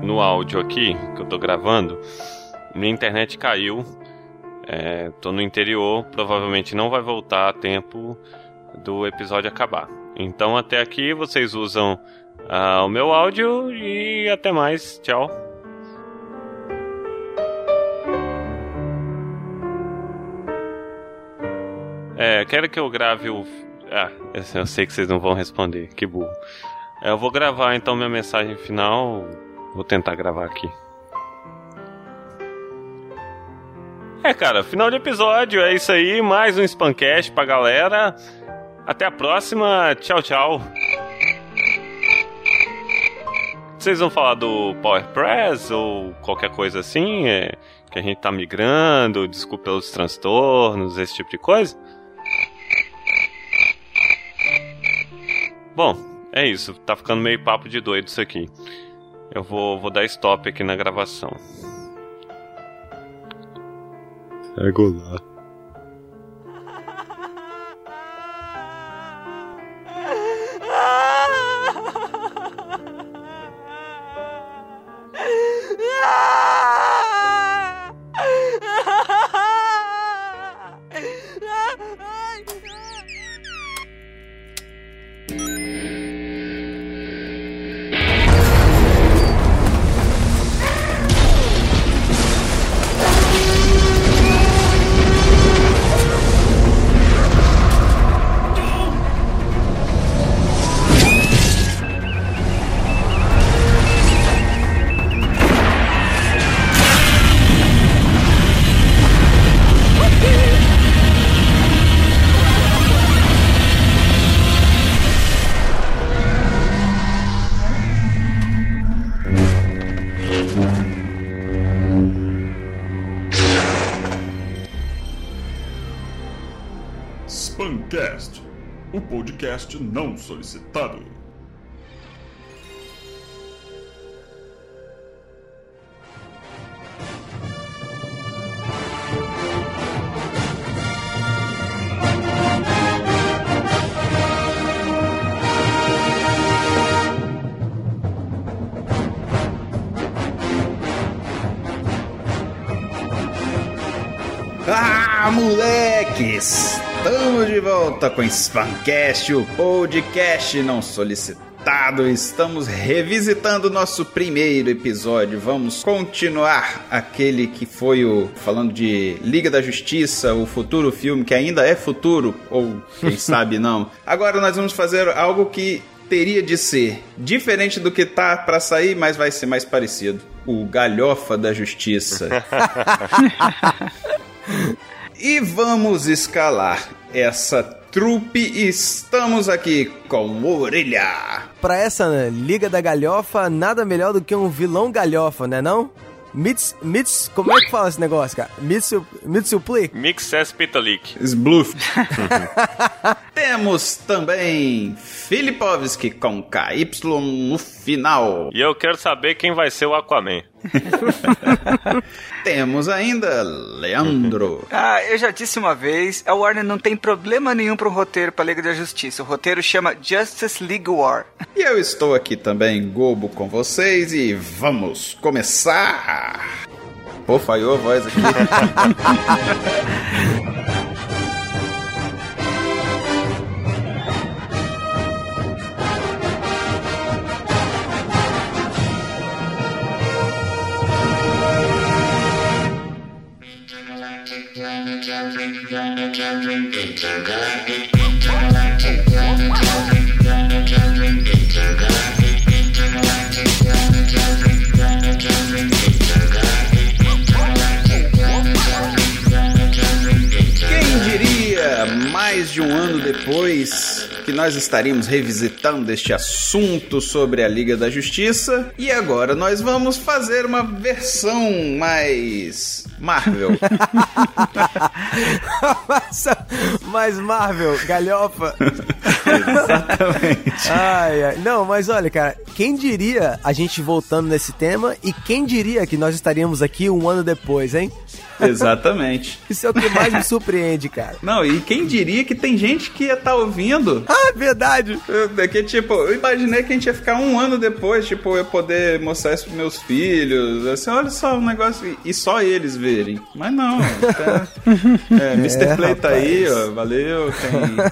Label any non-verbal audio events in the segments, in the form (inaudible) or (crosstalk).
No áudio aqui que eu tô gravando, minha internet caiu. É, tô no interior, provavelmente não vai voltar a tempo do episódio acabar. Então até aqui vocês usam ah, o meu áudio e até mais. Tchau. É, quero que eu grave o. Ah, eu sei que vocês não vão responder, que burro. É, eu vou gravar então minha mensagem final. Vou tentar gravar aqui. É, cara, final de episódio, é isso aí. Mais um Spamcast pra galera. Até a próxima. Tchau, tchau. Vocês vão falar do PowerPress ou qualquer coisa assim? É, que a gente tá migrando, desculpa pelos transtornos, esse tipo de coisa? Bom, é isso. Tá ficando meio papo de doido isso aqui. Eu vou, vou dar stop aqui na gravação. Pego lá. Spamcast, o podcast não solicitado. Ah, moleques! Estamos de volta com Spamcast, o podcast não solicitado. Estamos revisitando o nosso primeiro episódio. Vamos continuar aquele que foi o falando de Liga da Justiça, o futuro filme que ainda é futuro ou quem sabe não. Agora nós vamos fazer algo que teria de ser diferente do que tá para sair, mas vai ser mais parecido. O Galhofa da Justiça. E vamos escalar essa trupe. Estamos aqui com Orelha. Pra essa né, Liga da Galhofa, nada melhor do que um vilão galhofa, né não? Mits, mits, como é que fala esse negócio, cara? Mitsu, Mitsupli? Mixes Pitalik. Sbluff. (laughs) Temos também Filipovski com KY no final. E eu quero saber quem vai ser o Aquaman. Temos ainda Leandro. Ah, eu já disse uma vez, a Warner não tem problema nenhum pro roteiro pra Liga da Justiça. O roteiro chama Justice League War. E eu estou aqui também, Gobo, com vocês e vamos começar! Pô, falhou a voz aqui. Quem diria, mais de um ano depois, que nós estaríamos revisitando este assunto sobre a Liga da Justiça. E agora nós vamos fazer uma versão mais Marvel. (laughs) Mas, mas Marvel, galhofa. Exatamente. Ai, ai. Não, mas olha, cara, quem diria a gente voltando nesse tema e quem diria que nós estaríamos aqui um ano depois, hein? Exatamente. Isso é o que mais me surpreende, cara. Não, e quem diria que tem gente que ia estar ouvindo? (laughs) Ah, verdade. Eu- Que, tipo, eu imaginei que a gente ia ficar um ano depois, tipo, eu poder mostrar isso pros meus filhos. Assim, olha só o negócio. e- E só eles verem. Mas não. Tá... (laughs) É, Mr. É, Play tá aí, rapaz. ó. Valeu. Tem,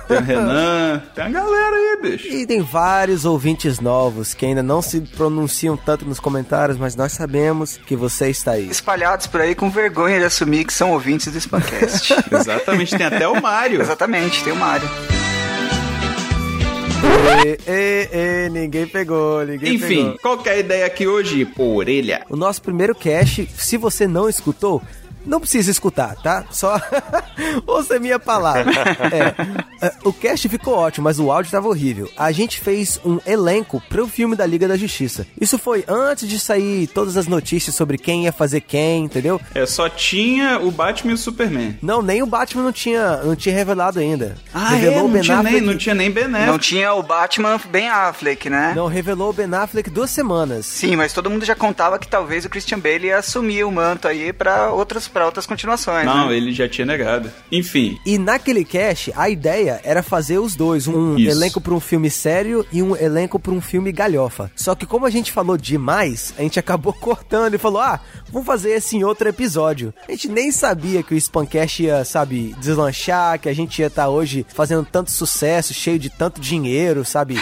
tem o Renan. Tem a galera aí, bicho. E tem vários ouvintes novos que ainda não se pronunciam tanto nos comentários, mas nós sabemos que você está aí. Espalhados por aí com vergonha de assumir que são ouvintes do Spamcast. Exatamente, tem até o (laughs) Mário. Exatamente, tem o Mário. Ê, ê, ê, ninguém pegou, ninguém pegou. Enfim, qual que é a ideia aqui hoje, pô, orelha? O nosso primeiro cast, se você não escutou, não precisa escutar, tá? Só (laughs) ouça a minha palavra. É, é, o cast ficou ótimo, mas o áudio estava horrível. A gente fez um elenco pro filme da Liga da Justiça. Isso foi antes de sair todas as notícias sobre quem ia fazer quem, entendeu? É, só tinha o Batman e o Superman. Não, nem o Batman não tinha, não tinha revelado ainda. Ah, é, revelou não, o Ben tinha nem, Affleck- não tinha nem Ben Affleck. Não tinha o Batman bem Affleck, né? não, revelou o Ben Affleck duas semanas. Sim, mas todo mundo já contava que talvez o Christian Bale ia assumir o manto aí pra outras, pra outras continuações. Não, né? ele já tinha negado. Enfim, E naquele cast, a ideia era fazer os dois, um Isso. elenco pra um filme sério e um elenco pra um filme galhofa. Só que como a gente falou demais, a gente acabou (laughs) cortando e falou: "Ah, vamos fazer esse em outro episódio". A gente nem sabia que o Spamcast ia, sabe, deslanchar, que a gente ia estar hoje fazendo tanto sucesso, cheio de tanto dinheiro, sabe?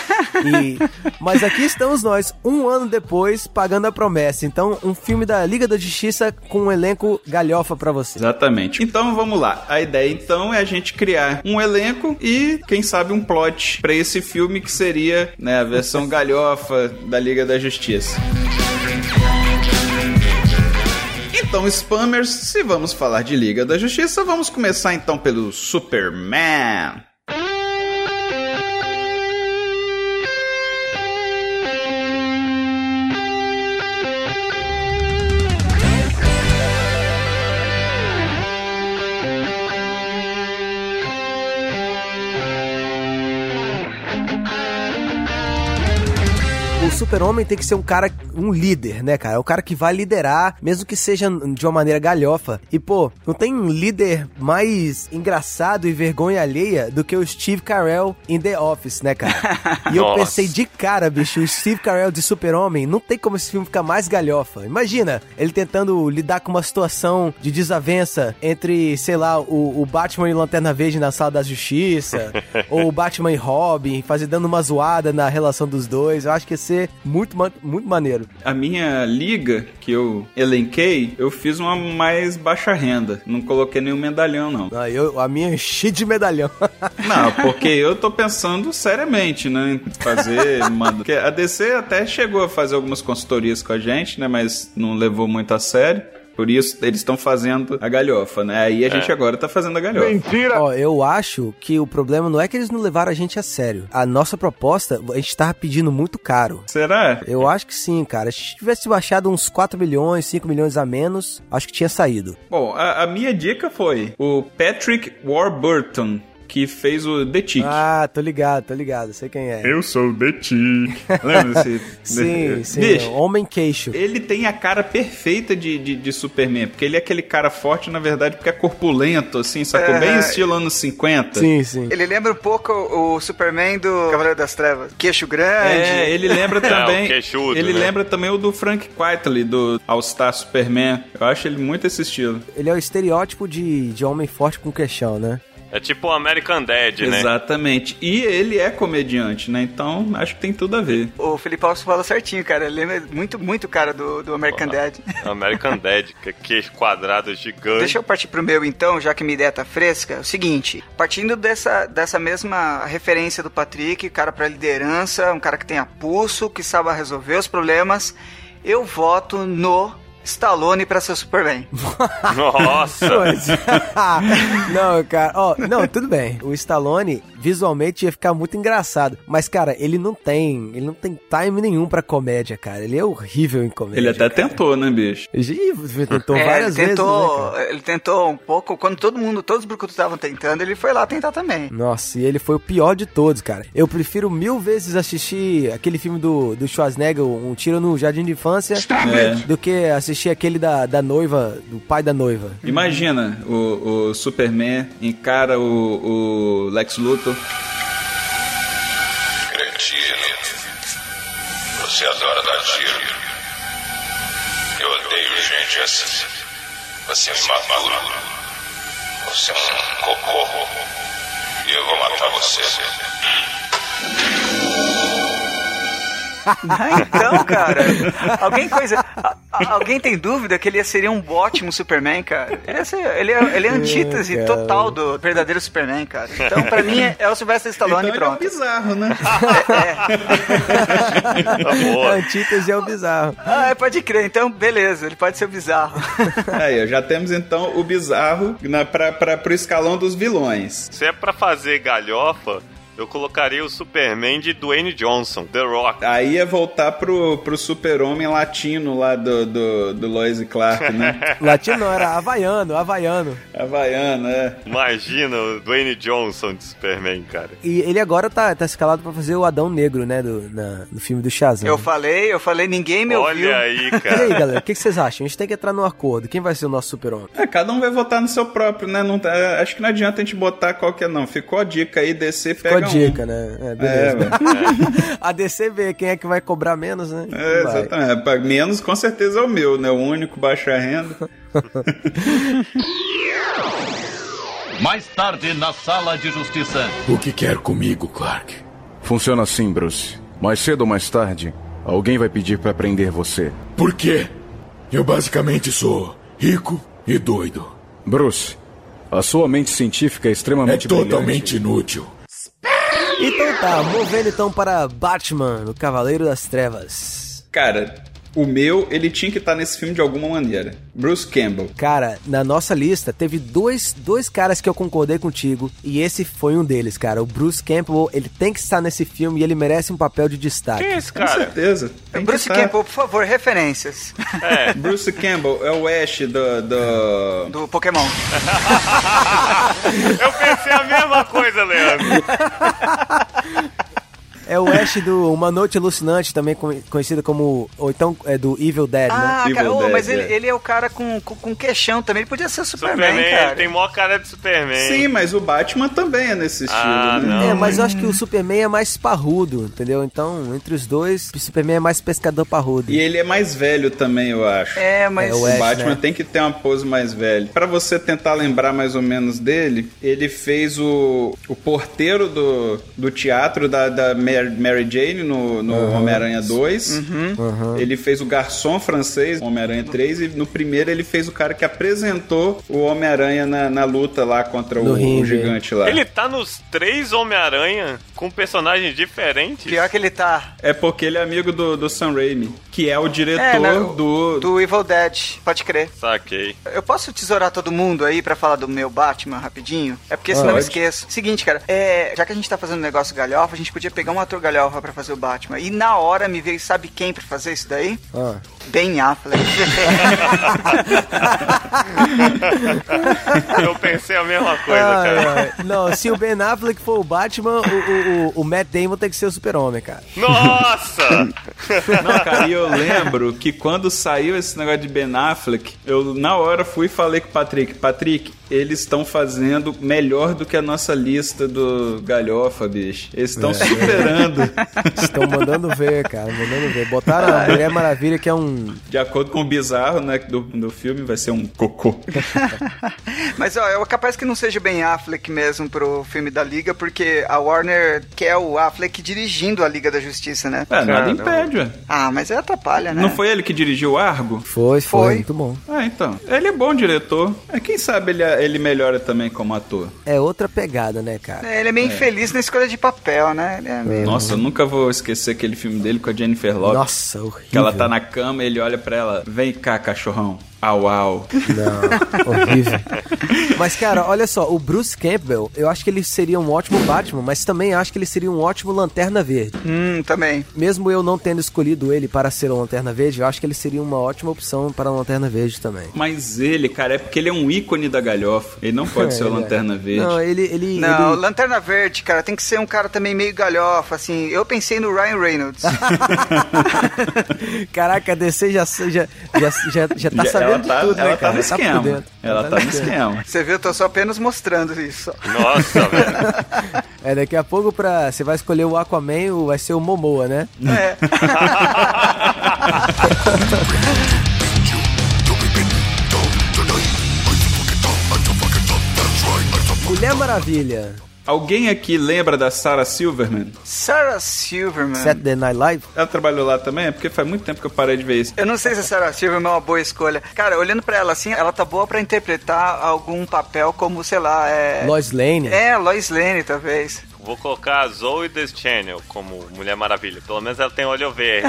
E mas aqui estamos nós, um ano depois, pagando a promessa. Então, um filme da Liga da Justiça com um elenco galhofa pra você. exatamente. Então vamos lá. A ideia então é a gente criar um elenco e, quem sabe, um plot pra esse filme que seria né, a versão galhofa da Liga da Justiça. Então, spammers, se vamos falar de Liga da Justiça, vamos começar então pelo Superman. O super-homem tem que ser um cara, um líder, né, cara? É o cara que vai liderar, mesmo que seja de uma maneira galhofa. E, pô, não tem um líder mais engraçado e vergonha alheia do que o Steve Carell em The Office, né, cara? E eu Nossa. pensei de cara, bicho, o Steve Carell de super-homem, não tem como esse filme ficar mais galhofa. Imagina, ele tentando lidar com uma situação de desavença entre, sei lá, o, o Batman e Lanterna Verde na Sala da Justiça, ou o Batman e Robin, fazer dando uma zoada na relação dos dois. Eu acho que ia ser muito, ma- muito maneiro. A minha liga que eu elenquei, eu fiz uma mais baixa renda. Não coloquei nenhum medalhão, não. Ah, eu, a minha (laughs) enchi de medalhão. Não, porque eu tô pensando seriamente, né? Em fazer, mano. Porque a DC até chegou a fazer algumas consultorias com a gente, né? Mas não levou muito a sério. Por isso, eles estão fazendo a galhofa, né? Aí a gente agora tá fazendo a galhofa. Ó, eu acho que o problema não é que eles não levaram a gente a sério. A nossa proposta, a gente tava pedindo muito caro. Será? Eu acho que sim, cara. Se tivesse baixado uns 4 milhões, 5 milhões a menos, acho que tinha saído. Bom, a, a minha dica foi o Patrick Warburton. que fez o The Tick. Ah, tô ligado, tô ligado, sei quem é. Eu sou o The Tick. (laughs) Lembra desse? (laughs) Sim, sim, Bicho, é um homem queixo. Ele tem a cara perfeita de, de, de Superman, porque ele é aquele cara forte, na verdade, porque é corpulento, assim, sacou? É. Bem estilo anos 50. Sim, sim. Ele lembra um pouco o Superman do Cavaleiro das Trevas. Queixo grande. É, ele (laughs) lembra também. o queixudo, ele né? lembra também o do Frank Quitely, do All Star Superman. Eu acho ele muito esse estilo. Ele é o estereótipo de, de homem forte com queixão, né? É tipo o American Dad, né? Exatamente. E ele é comediante, né? Então acho que tem tudo a ver. O Felipe Alves fala certinho, cara. Ele lembra muito, muito o cara do, do American Dad. American Dad, que é queixo quadrado gigante. Deixa eu partir pro meu então, já que minha ideia tá fresca. É o seguinte, partindo dessa, dessa mesma referência do Patrick, cara pra liderança, um cara que tenha pulso, que saiba resolver os problemas, eu voto no Stallone pra ser o Superman. (laughs) Nossa! Pois. é. (laughs) não, cara, ó, não, tudo bem. O Stallone visualmente ia ficar muito engraçado, mas cara, ele não tem, ele não tem time nenhum pra comédia, cara. Ele é horrível em comédia. Ele até cara. tentou, né, bicho? Ih, tentou É, várias ele vezes. né, tentou, cara? ele tentou um pouco, quando todo mundo, todos os brucutos estavam tentando, ele foi lá tentar também. Nossa, e ele foi o pior de todos, cara. Eu prefiro mil vezes assistir aquele filme do, do Schwarzenegger, Um Tiro no Jardim de Infância, É. do que assistir aquele da, da noiva, do pai da (laughs) noiva. Imagina, o, o Superman encara o, o Lex Luthor. Cretino. Você adora dar tiro. Eu odeio gente assim. Você é maduro. Você é um cocô. E eu vou matar você. Ah, então, cara, alguém coisa, a- a- alguém tem dúvida que ele ia- seria um ótimo Superman, cara? Esse- ele, é, ele é a antítese cara. total do verdadeiro Superman, cara. Então, pra mim, é, é o Sylvester Stallone e Então ele é pronto. É, bizarro, né? (laughs) Tá A (laughs) boa. antítese é o bizarro. Ah, é, pode crer. Então, beleza, ele pode ser bizarro. Aí, ó, já temos então o bizarro na, pra, pra, pro escalão dos vilões. Se é pra fazer galhofa, eu colocaria o Superman de Dwayne Johnson, The Rock. Aí é voltar pro, pro super-homem latino lá do, do, do Lois e Clark, (laughs) né? Latino não, era havaiano, havaiano. Havaiano, é. Imagina o Dwayne Johnson de Superman, cara. E ele agora tá, tá escalado pra fazer o Adão Negro, né, do, na- no filme do Shazam. Eu falei, eu falei, ninguém me ouviu. Olha aí, E (laughs) aí, cara. galera, o que, que vocês acham? A gente tem que entrar num acordo. Quem vai ser o nosso super-homem? É, cada um vai votar no seu próprio, né? Não tá- acho que não adianta a gente botar qualquer não. Ficou a dica aí, descer, Ficou a pega dica, um. né? É, É, beleza. (laughs) a DC vê quem é que vai cobrar menos, né? É, Vai. exatamente. Pra menos, com certeza, é o meu, né? O único baixa renda. Mais tarde na sala de justiça. O que quer comigo, Clark? Funciona assim, Bruce. Mais cedo ou mais tarde, alguém vai pedir pra prender você. Por quê? Eu basicamente sou rico e doido. Bruce, a sua mente científica é É extremamente totalmente inútil. Então tá, movendo então para Batman, o Cavaleiro das Trevas. Cara, o meu, ele tinha que estar nesse filme de alguma maneira. Bruce Campbell. Cara, na nossa lista teve dois, dois caras que eu concordei contigo e esse foi um deles, cara. O Bruce Campbell, ele tem que estar nesse filme e ele merece um papel de destaque. Quem é esse Com cara? certeza. Tem que Bruce tá. Campbell, por favor, referências Bruce Campbell é o Ash do. do... do Pokémon. Eu pensei a mesma coisa, Leandro. É o Ash do Uma Noite Alucinante, também con- conhecido como. Ou então é do Evil Dead, né? Ah, Evil cara, ô, Dead, mas ele, é. ele é o cara com, com, com queixão também. Ele podia ser o Superman, Superman, ele cara. tem maior cara de Superman. Sim, mas o Batman também é nesse estilo, É. Ah, né? não. É, mas eu acho que o Superman é mais parrudo, entendeu? Então, entre os dois, o Superman é mais pescador parrudo. E ele é mais velho também, eu acho. É, mas... É, o O Ash, Batman né? tem que ter uma pose mais velha. Pra você tentar lembrar mais ou menos dele, ele fez o, o porteiro do, do teatro da, da Mary, Mary Jane no, no Homem-Aranha 2. Ele fez o garçom francês no Homem-Aranha 3. E no primeiro ele fez o cara que apresentou o Homem-Aranha na, na luta lá contra No o, ringue. o gigante lá. Ele tá nos três Homem-Aranha com personagens diferentes. Pior que ele tá. É porque ele é amigo do, do Sam Raimi, que é o diretor É, né, do, Do Evil Dead, pode crer. Saquei. Eu posso tesourar todo mundo aí pra falar do meu Batman rapidinho? É porque senão eu Pode. esqueço. Seguinte, cara, é, já que a gente tá fazendo um negócio galhofa, a gente podia pegar um ator galhofa pra fazer o Batman. E na hora me veio, sabe quem pra fazer isso daí? Ah. Ben Affleck. (laughs) Eu pensei a mesma coisa, Ai, cara. ai. Não, se o Ben Affleck for o Batman, o, o, o- o Matt Damon tem que ser o super-homem, cara. Nossa! Não, cara, e eu lembro que quando saiu esse negócio de Ben Affleck, eu na hora fui e falei com o Patrick, Patrick, eles estão fazendo melhor do que a nossa lista do Galhofa, bicho. Eles estão É. superando. Estão mandando ver, cara, mandando ver. Botaram a Mulher Maravilha, que é um... De acordo com o bizarro, né, do, do filme, vai ser um cocô. Mas ó, eu capaz que não seja Ben Affleck mesmo pro filme da Liga, porque a Warner quer o Affleck dirigindo a Liga da Justiça, né? É, nada impede, ué. Ah, mas aí atrapalha, né? Não foi ele que dirigiu o Argo? Foi, Foi. muito bom. Ah, então. Ele é bom diretor. É, Quem sabe ele, ele melhora também como ator. É outra pegada, né, cara? É, ele é meio infeliz na escolha de papel, né? Ele é meio... Nossa, eu nunca vou esquecer aquele filme dele com a Jennifer Lopez. Nossa, horrível. Que É. ela tá na cama, ele olha pra ela, vem cá, cachorrão. Au, au. Não, horrível. Mas, cara, olha só, o Bruce Campbell, eu acho que ele seria um ótimo Batman, mas também acho que ele seria um ótimo Lanterna Verde. É. Hum, também. Mesmo eu não tendo escolhido ele para ser o Lanterna Verde, eu acho que ele seria uma ótima opção para a Lanterna Verde também. Mas ele, cara, é porque ele é um ícone da galhofa. Ele (laughs) não pode É, ser o ele é. Lanterna Verde. Não, ele. ele Não, ele- Lanterna Verde, cara, tem que ser um cara também meio galhofa, assim. Eu pensei no (laughs) Ryan Reynolds. Caraca, a DC já, já, já, já, já tá Já- sabendo ela de tá, tudo, ela né, tá cara? Ela no por esquema. dentro. ela tá no esquema. Você viu? Eu tô só apenas mostrando isso. Nossa, velho. É, daqui a pouco pra, você vai escolher o Aquaman, o- vai ser o Momoa, né? É. Mulher Maravilha, Alguém aqui lembra da Sarah Silverman? Sarah Silverman. Saturday Night Live. Ela trabalhou lá também? É porque faz muito tempo que eu parei de ver isso. Eu não sei se a Sarah Silverman é uma boa escolha. Cara, olhando pra ela assim, ela tá boa pra interpretar algum papel como, sei lá, é. Lois Lane. É, Lois Lane, talvez. Vou colocar a Zoe Deschanel como Mulher Maravilha. Pelo menos ela tem olho verde.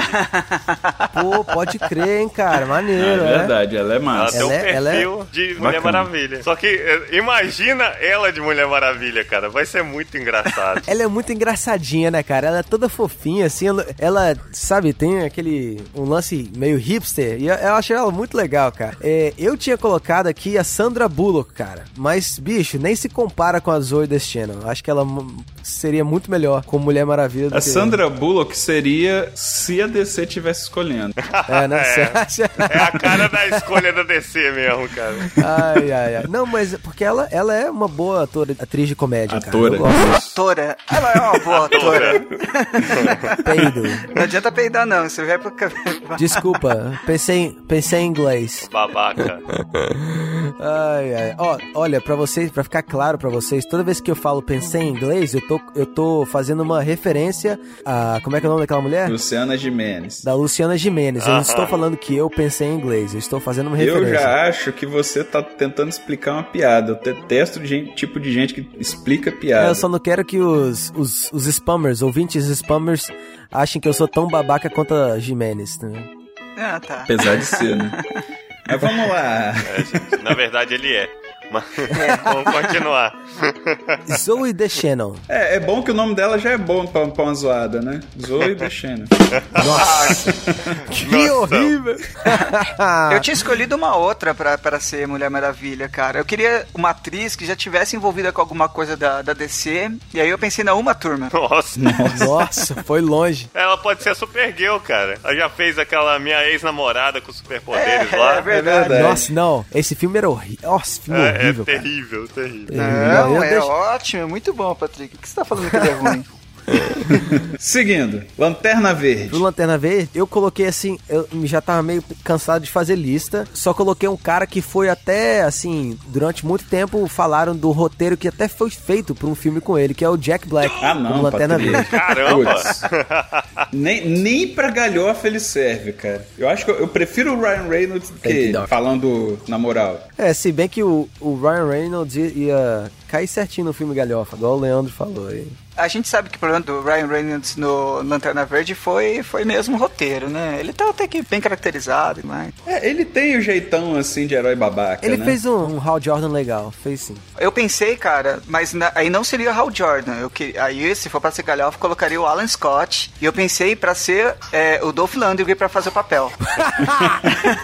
Pô, pode crer, hein, cara. É Maneiro, né? verdade, ela é Ela, massa. tem um é- ela é- perfil de Mulher Bacana. Maravilha. Só que eh, imagina ela de Mulher Maravilha, cara. Vai ser muito engraçado. (laughs) Ela é muito engraçadinha, né, cara? Ela é toda fofinha, assim. Ela, ela, sabe, tem aquele. um lance meio hipster. E eu, eu achei ela muito legal, cara. É, eu tinha colocado aqui a Sandra Bullock, cara. Mas, bicho, nem se compara com a Zoe Destino. Acho que ela mu- seria muito melhor com Mulher Maravilha do A que- Sandra Bullock seria se a DC tivesse escolhendo. É, (laughs) né? Você É. acha? É a cara da escolha da DC mesmo, cara. Ai, ai, ai. Não, mas porque ela, ela é uma boa atora, atriz de comédia, Atora. cara. Eu Atora. Ela é (laughs) uma boa atora. gosto. Peido. Não adianta peidar, não. Você vai pro Desculpa, pensei, em- pensei em inglês. Babaca. Ai, ai. Ó, olha, pra vocês, para ficar claro pra vocês, toda vez que eu falo pensei em inglês, eu tô, eu tô fazendo uma referência a. Como é que é o nome daquela mulher? Luciana Jimenez. Da Luciana Jimenez. Eu não Aham. estou falando que eu pensei em inglês, eu estou fazendo uma Eu referência. já acho que você tá tentando explicar uma piada. Eu detesto gente, tipo de gente que explica piada. É, Eu só não quero que os, os, os spammers, ouvintes spammers, achem que eu sou tão babaca quanto a Jimenez. né? Ah, tá. Apesar de ser, né? (laughs) Mas vamos lá. É, gente, na verdade, ele é. Mas (laughs) vamos continuar. Zoe The (laughs) Channel. É, é bom que o nome dela já é bom pra, pra uma zoada, né? Zoe da (laughs) Xena. Nossa! que Nossa. horrível! Eu tinha escolhido uma outra pra, pra ser Mulher Maravilha, cara. Eu queria uma atriz que já tivesse envolvida com alguma coisa da, da DC. E aí eu pensei na Uma Turma. Nossa. Nossa, foi longe. Ela pode ser a Supergirl, cara. Ela já fez aquela minha ex-namorada com superpoderes É, lá. é verdade. É. Nossa, não. Esse filme era horrível. Nossa, esse filme É, é horrível, cara. terrível, terrível. Não, Não, eu é deixo- ótimo, é muito bom, Patrick. Por que você tá falando que ele é ruim? Seguindo, Lanterna Verde. Pro Lanterna Verde, eu coloquei assim, eu já tava meio cansado de fazer lista, só coloquei um cara que foi até, assim, durante muito tempo falaram do roteiro que até foi feito pra um filme com ele, que é o Jack Black. Ah, não, do Lanterna Patrick. Verde. Caramba. Putz. Nem, nem pra galhofa ele serve, cara. Eu acho que eu, eu prefiro o Ryan Reynolds do que Tem que ele, dar. falando na moral. É, se bem que o, o Ryan Reynolds ia- ia cair certinho no filme Galhofa, igual o Leandro falou aí. (laughs) A gente sabe que o problema do Ryan Reynolds no Lanterna Verde foi, foi mesmo o roteiro, né? Ele tá até que bem caracterizado, mas... É, ele tem o jeitão, assim, de herói babaca, Ele né? fez um, um Hal Jordan legal, fez sim. Eu pensei, cara, mas na- aí não seria Hal Jordan. Eu que- aí, se for pra ser galhofa, eu colocaria o Alan Scott. E eu pensei pra ser é, o Dolph Lundgren pra fazer o papel.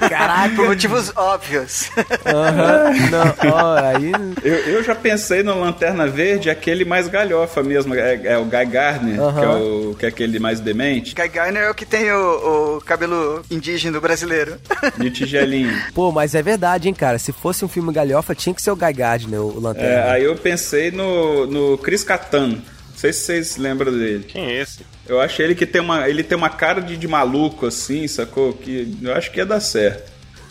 Caraca! Por motivos óbvios. (laughs) Aham, não, ó, aí... Eu, eu já pensei no Lanterna Verde, aquele mais galhofa mesmo, é, é o Guy Gardner, Aham. que, é o, que é aquele mais demente, Guy Garner é o que tem o, o cabelo indígena brasileiro. de tigelinho. Pô, mas é verdade, hein, cara. Se fosse um filme galhofa, tinha que ser o Guy Gardner, o É, Lanterna. aí eu pensei no, no Chris Catan. Não sei se vocês lembram dele. Quem é esse? Eu acho ele que tem uma, ele tem uma cara de, de maluco, assim, sacou? Que eu acho que ia dar certo.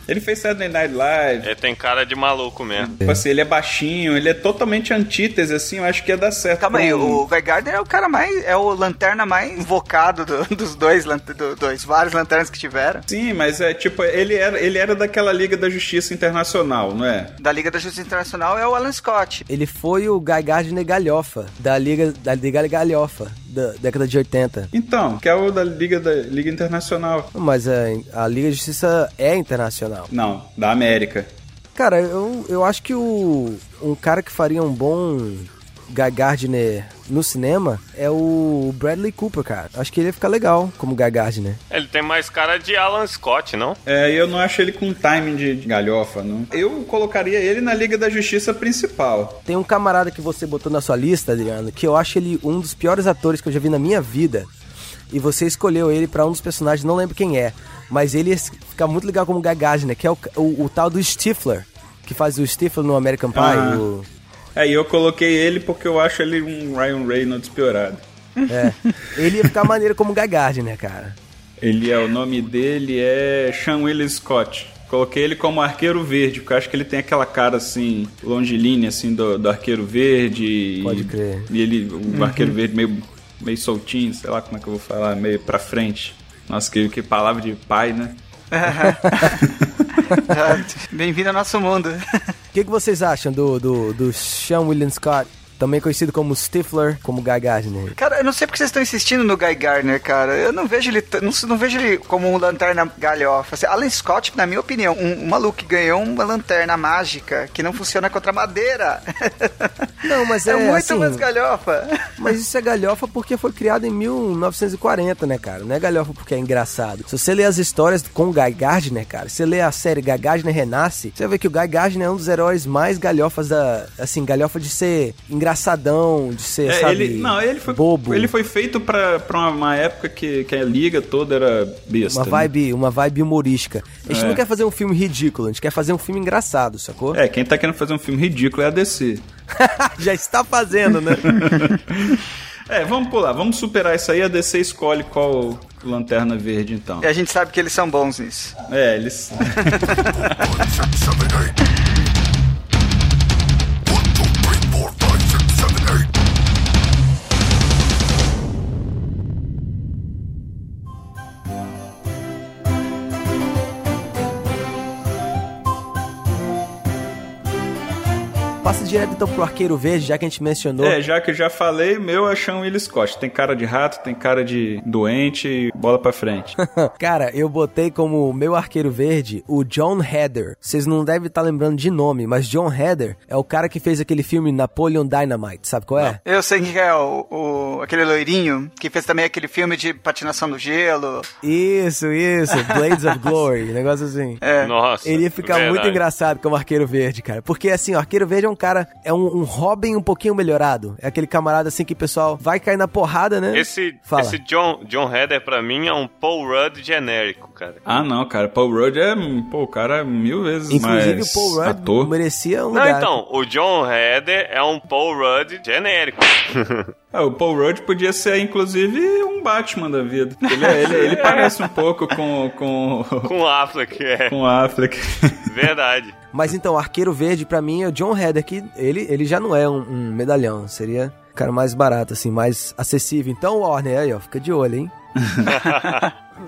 Ele fez Saturday Night Live. Ele É, tem cara de maluco mesmo. Tipo assim, ele é baixinho, ele é totalmente antítese, assim, eu acho que ia dar certo. (laughs) Calma aí, pra um- o Guy Gardner é o cara mais. é o lanterna mais invocado do- dos dois, lan- do- dois, vários lanternas que tiveram. Sim, mas é tipo, ele era, ele era daquela Liga da Justiça Internacional, não é? Da Liga da Justiça Internacional é o Alan Scott. Ele foi o Guy Gardner galhofa, da Liga, da Liga Galhofa, da década de 80. Então, que é o da Liga, da Liga Internacional. Mas é, a Liga de Justiça é internacional. Não, da América. Cara, eu, eu acho que o um cara que faria um bom Guy Gardner no cinema é o Bradley Cooper, cara. Acho que ele ia ficar legal como Guy Gardner. Ele tem mais cara de Alan Scott, não? É, eu não acho ele com timing de de galhofa, não. Eu colocaria ele na Liga da Justiça principal. Tem um camarada que você botou na sua lista, Adriano, que eu acho ele um dos piores atores que eu já vi na minha vida. E você escolheu ele pra um dos personagens, não lembro quem é. Mas ele ia ficar muito legal como Guy Gardner, que é o, o, o tal do Stifler, que faz o Stifler no American Pie. Ah. o- É, e eu coloquei ele porque eu acho ele um Ryan Reynolds piorado. é. Ele ia ficar maneiro como Guy Gardner, cara. Ele é, o nome dele é Sean Willis Scott. Coloquei ele como arqueiro verde, porque eu acho que ele tem aquela cara assim, longilínea, assim, do, do arqueiro verde. Pode e, crer. Uhum. E ele, o arqueiro verde meio, meio soltinho, sei lá como é que eu vou falar, meio pra frente. Nossa, que, que palavra de pai, né? Ah, (laughs) Bem-vindo ao nosso mundo. O que, que vocês acham do, do, do Sean William Scott, também conhecido como Stifler, como né? Guy Gardner? (laughs) Cara, eu não sei porque vocês estão insistindo no Guy Gardner, cara. Eu não vejo ele, t- não, s- não vejo ele como um lanterna galhofa. Assim, Alan Scott, na minha opinião, um, um maluco que ganhou uma lanterna mágica que não funciona contra madeira. (laughs) Não, mas é é, muito assim- mais galhofa. Mas isso é galhofa porque foi criado em 1940, né, cara? Não é galhofa porque é engraçado. Se você ler as histórias com o Guy Gardner, cara, se você ler a série Guy Gardner Renasce, você vai ver que o Guy Gardner é um dos heróis mais galhofas da... Assim, galhofa de ser engraçadão, de ser, É, sabe, ele, não, ele foi, bobo. ele foi feito pra, pra uma- uma época que, que a liga toda era besta. Uma né? vibe, uma vibe humorística. A gente É. não quer fazer um filme ridículo, a gente quer fazer um filme engraçado, sacou? É, quem tá querendo fazer um filme ridículo é a DC. (laughs) Já está fazendo, né? É, vamos pular, vamos superar isso aí. A DC escolhe qual lanterna verde, então. E a gente sabe que eles são bons nisso. É, eles. Passa direto então pro Arqueiro Verde, já que a gente mencionou. É, já que eu já falei, meu é Sean Willis Scott. Tem cara de rato, tem cara de doente e bola pra (laughs) frente. Cara, eu botei como meu arqueiro verde o John Heather. Vocês não devem estar lembrando de nome, mas John Heather é o cara que fez aquele filme Napoleon Dynamite, sabe qual é? Eu sei quem é o, o- aquele loirinho que fez também aquele filme de patinação no gelo. Isso, (laughs) isso, Blades of Glory, negócio assim. É. Nossa. Ele ia ficar verdade. muito engraçado como Arqueiro Verde, cara. Porque, assim, o Arqueiro Verde é um cara, é um, um Robin um pouquinho melhorado. É aquele camarada, assim, que o pessoal vai cair na porrada, né? Esse, Fala. esse John, John Heather, pra mim, é um Paul Rudd genérico, cara. ah, não, cara. Paul Rudd é. Pô, o cara é mil vezes Inclusive, mais o Paul Rudd ator. merecia um Não, lugar. então, o John Heather é um Paul Rudd genérico. Ah, o Paul Rudd podia ser, inclusive, um Batman da vida. Ele, é- ele- (laughs) ele parece um pouco com. com. com Affleck, (laughs) é. com a Affleck. (laughs) Verdade. Mas então, Arqueiro Verde, pra mim, é o John Heather, que ele, ele já não é um, um medalhão. Seria o cara mais barato, assim, mais acessível. Então, Warner, aí, ó, fica de olho, hein?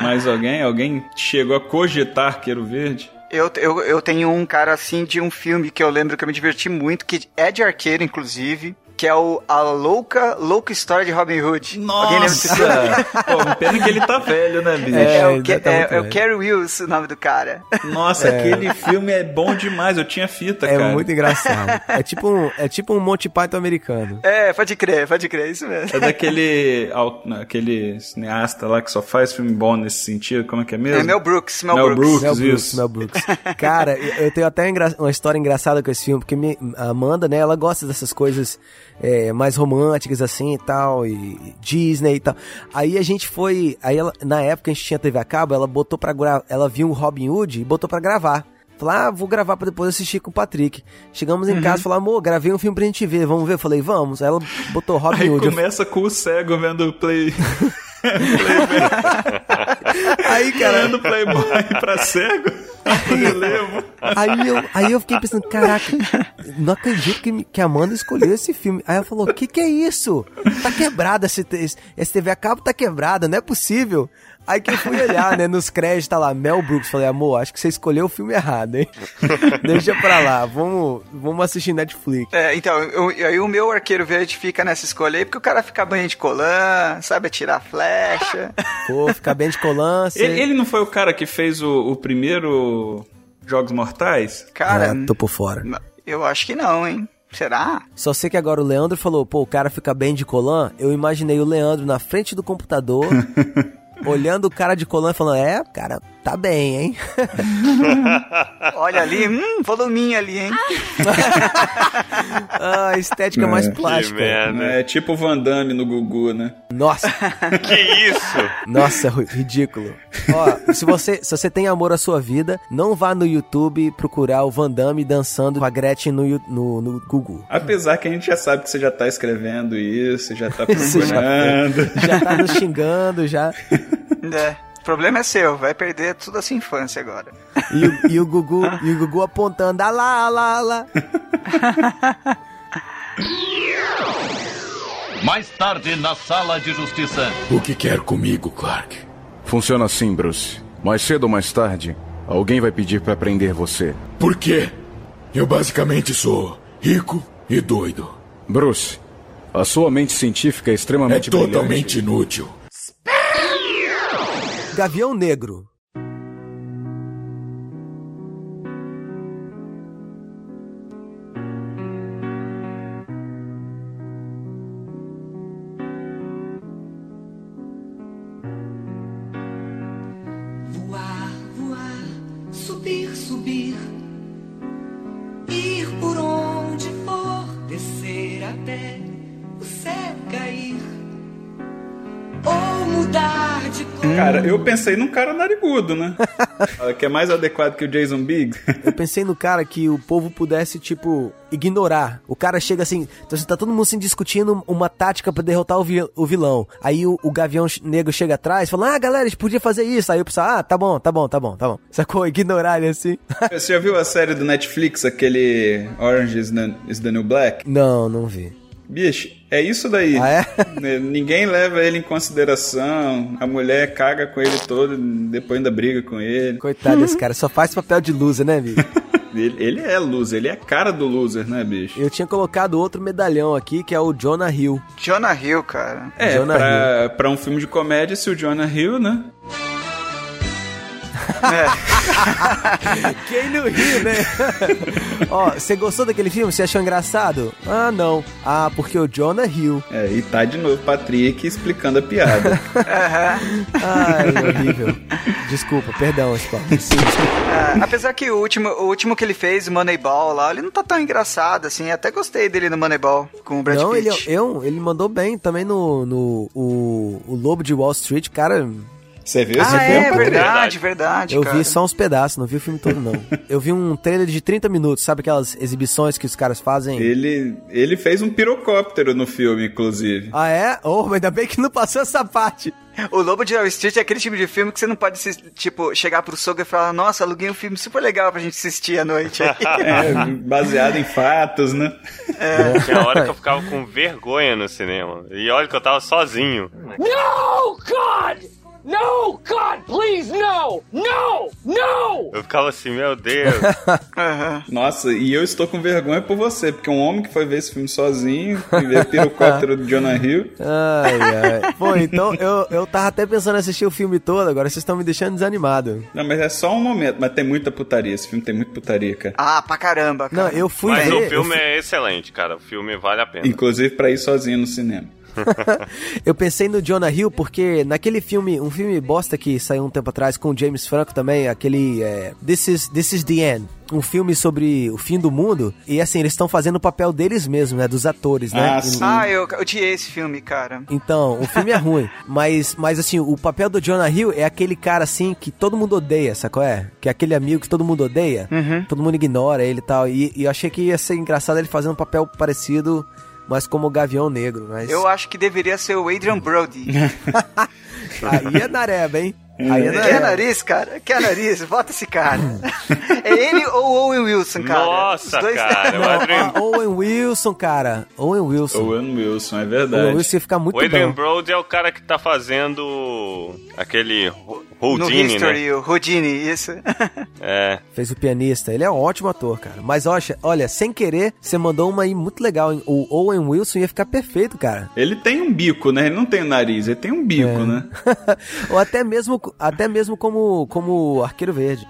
Mais alguém? Alguém chegou a cogitar Arqueiro Verde? Eu, eu, eu tenho um cara assim de um filme que eu lembro que eu me diverti muito, que é de arqueiro, inclusive. que é o A Louca, Louca História de Robin Hood. Nossa! Alguém lembra desse filme? Pô, pena que ele tá velho, né, bicho? É, o, Ca- ele tá é- muito é o velho. Cary Wills o nome do cara. Nossa, É. aquele filme é bom demais. Eu tinha fita, É cara. muito engraçado. É tipo um, é tipo um Monty Python americano. É, pode crer, pode crer, isso mesmo. É daquele au- não, aquele cineasta lá que só faz filme bom nesse sentido. Como é que é mesmo? É Mel Brooks, Mel, Mel Brooks, Mel Brooks, isso. Mel Brooks. Cara, eu eu tenho até engra- uma história engraçada com esse filme, porque mi- a Amanda, né, ela gosta dessas coisas é, mais românticas assim e tal, e Disney e tal. Aí a gente foi, aí ela- na época a gente tinha TV a cabo, ela botou pra gravar, ela viu o Robin Hood e botou pra gravar. Falei, ah, vou gravar pra depois assistir com o Patrick. Chegamos em casa, falou, amor, gravei um filme pra gente ver, vamos ver? Eu falei, vamos. Aí ela botou Robin (laughs) Aí Hood. Eu começa com o cego vendo o play. (laughs) (laughs) Aí, cara, Vendo Playboy pra cego? (laughs) Eu lembro. Aí eu, aí eu fiquei pensando, caraca, não acredito que, me- que a Amanda escolheu esse filme. Aí ela falou, o que que é isso? Tá quebrada esse, te- esse, esse TV a cabo tá quebrada, não é possível. Aí que eu fui olhar, né, nos créditos, tá lá, Mel Brooks. Falei, amor, acho que você escolheu o filme errado, hein? Deixa pra lá, vamos, vamos assistir Netflix. É, então, eu- eu- aí o meu arqueiro verde fica nessa escolha aí, porque o cara fica banho de colã, sabe atirar flecha. Pô, ficar bem de colância. Ele, ele não foi o cara que fez o, o primeiro Jogos Mortais? Cara, Ah, tô por fora. n- eu acho que não, hein? Será? Só sei que agora o Leandro falou, pô, o cara fica bem de colã. Eu imaginei o Leandro na frente do computador, olhando o cara de colã e falando, é, o cara, tá bem, hein? (laughs) Olha ali, hum, voluminho ali, hein? Ah, estética mais plástica. Que merda. né? É tipo o Van Damme no Gugu, né? Nossa, Que isso? nossa, ru- ridículo. Ó, se você, se você tem amor à sua vida, não vá no YouTube procurar o Van Damme dançando com a Gretchen no, Yu- no, no Gugu. Apesar que a gente já sabe que você já tá escrevendo isso, já (laughs) tá Você já procurando. Já tá nos xingando, já. É. O problema é seu, vai perder toda a sua infância agora. E o, e o Gugu, e o Gugu apontando, ah lá, ah lá, ah lá. Mais tarde na sala de justiça. O que quer comigo, Clark? Funciona assim, Bruce. Mais cedo ou mais tarde, alguém vai pedir pra prender você. Por quê? Eu basicamente sou rico e doido. Bruce, a sua mente científica é É extremamente totalmente inútil. Gavião Negro. Voar, voar, subir, subir, ir por onde for, descer até o céu cair, ou mudar de cor. Cara, eu pensei num cara narigudo, né? que é mais adequado que o Jason Biggs. (laughs) Eu pensei no cara que o povo pudesse, tipo, ignorar. O cara chega assim, então, assim, tá todo mundo assim, discutindo uma tática pra derrotar o, vi- o vilão. Aí o, o Gavião Ch- Negro chega atrás e fala, ah, galera, a gente podia fazer isso. Aí o pessoal, ah, tá bom, tá bom, tá bom, tá bom. Sacou? (laughs) Ignorar ele assim. Você já viu a série do Netflix, aquele Orange is the, is the New Black? não, não vi. Bicho, é isso daí. Ah, é? Né, Ninguém leva ele em consideração, a mulher caga com ele todo, depois ainda briga com ele. Coitado desse cara, só faz papel de loser, né, bicho? Ele, ele é loser, ele é a cara do loser, né, bicho? Eu tinha colocado outro medalhão aqui, que é o Jonah Hill. Jonah Hill, cara. É, Jonah pra, pra um filme de comédia, se o Jonah Hill, né? Quem não riu, né? (laughs) Ó, você gostou daquele filme? Você achou engraçado? Ah, não. Ah, porque o Jonah Hill. É, e tá de novo o Patrick explicando a (laughs) piada. Ai, horrível. Desculpa, perdão, Spawn. Sim, desculpa. É, apesar que o último, o último que ele fez, Moneyball, lá, ele não tá tão engraçado, assim. Até gostei dele no Moneyball com o Brad Não, ele, é Pitt. eu, ele mandou bem também no, no o, o Lobo de Wall Street, cara. Você viu esse Ah, filme, é, Patrick? verdade, verdade, Eu cara. vi só uns pedaços, não vi o filme todo, (laughs) não. Eu vi um trailer de 30 minutos, sabe aquelas exibições que os caras fazem? Ele, ele fez um pirocóptero no filme, inclusive. Ah, é? Oh, mas ainda bem que não passou essa parte. O Lobo de Wall Street é aquele tipo de filme que você não pode, se- tipo, chegar pro sogro e falar Nossa, aluguei um filme super legal pra gente assistir à (laughs) noite. aí." É, (laughs) baseado em fatos, né? Tinha hora que eu ficava com vergonha no cinema. E olha que eu tava sozinho. No, God! No, God, please, no! No! No! Eu ficava assim, meu Deus. Nossa, e eu estou com vergonha por você, porque um homem que foi ver esse filme sozinho e ver pirocóptero do Jonah Hill. Ai, ai. Pô, então eu, eu tava até pensando em assistir o filme todo, agora vocês estão me deixando desanimado. Não, mas é só um momento, mas tem muita putaria. Esse filme tem muita putaria, cara. Ah, pra caramba, Não, cara. eu fui Mas ver. o filme é excelente, cara. O filme vale a pena. Inclusive pra ir sozinho no cinema. (laughs) eu pensei no Jonah Hill porque naquele filme, um filme bosta que saiu um tempo atrás com o James Franco também, aquele é, This, is, This is the End. Um filme sobre o fim do mundo. E assim, eles estão fazendo o papel deles mesmos, né? Dos atores, né? E- Ah, eu eu odiei esse filme, cara. Então, o filme é ruim, mas, mas assim, o papel do Jonah Hill é aquele cara assim que todo mundo odeia, sacou? É? Que é aquele amigo que todo mundo odeia, todo mundo ignora ele e tal. E, e eu achei que ia ser engraçado ele fazendo um papel parecido, mas como o Gavião Negro. Mas Eu acho que deveria ser o Adrian Brody. aí é nareba, hein? Aí (laughs) é Quer nareba. nariz, cara? Quer nariz? Bota (laughs) esse cara. é ele ou o Owen Wilson, cara? Nossa, Os dois- (laughs) cara. Não, o Adrian, ah, Owen Wilson, cara. Owen Wilson. Owen Wilson, é Owen verdade. Wilson ia ficar muito o Adrian bom. Brody é o cara que tá fazendo aquele Ho- no Houdini, History, né? o Rodini, isso. (laughs) É. (laughs) Fez o pianista. Ele é um ótimo ator, cara. Mas olha, olha, sem querer, você mandou uma aí muito legal, hein? O Owen Wilson ia ficar perfeito, cara. (laughs) Ele tem um bico, né? Ele não tem nariz, ele tem um bico, É. né? Ou até mesmo, até mesmo como, como Arqueiro Verde.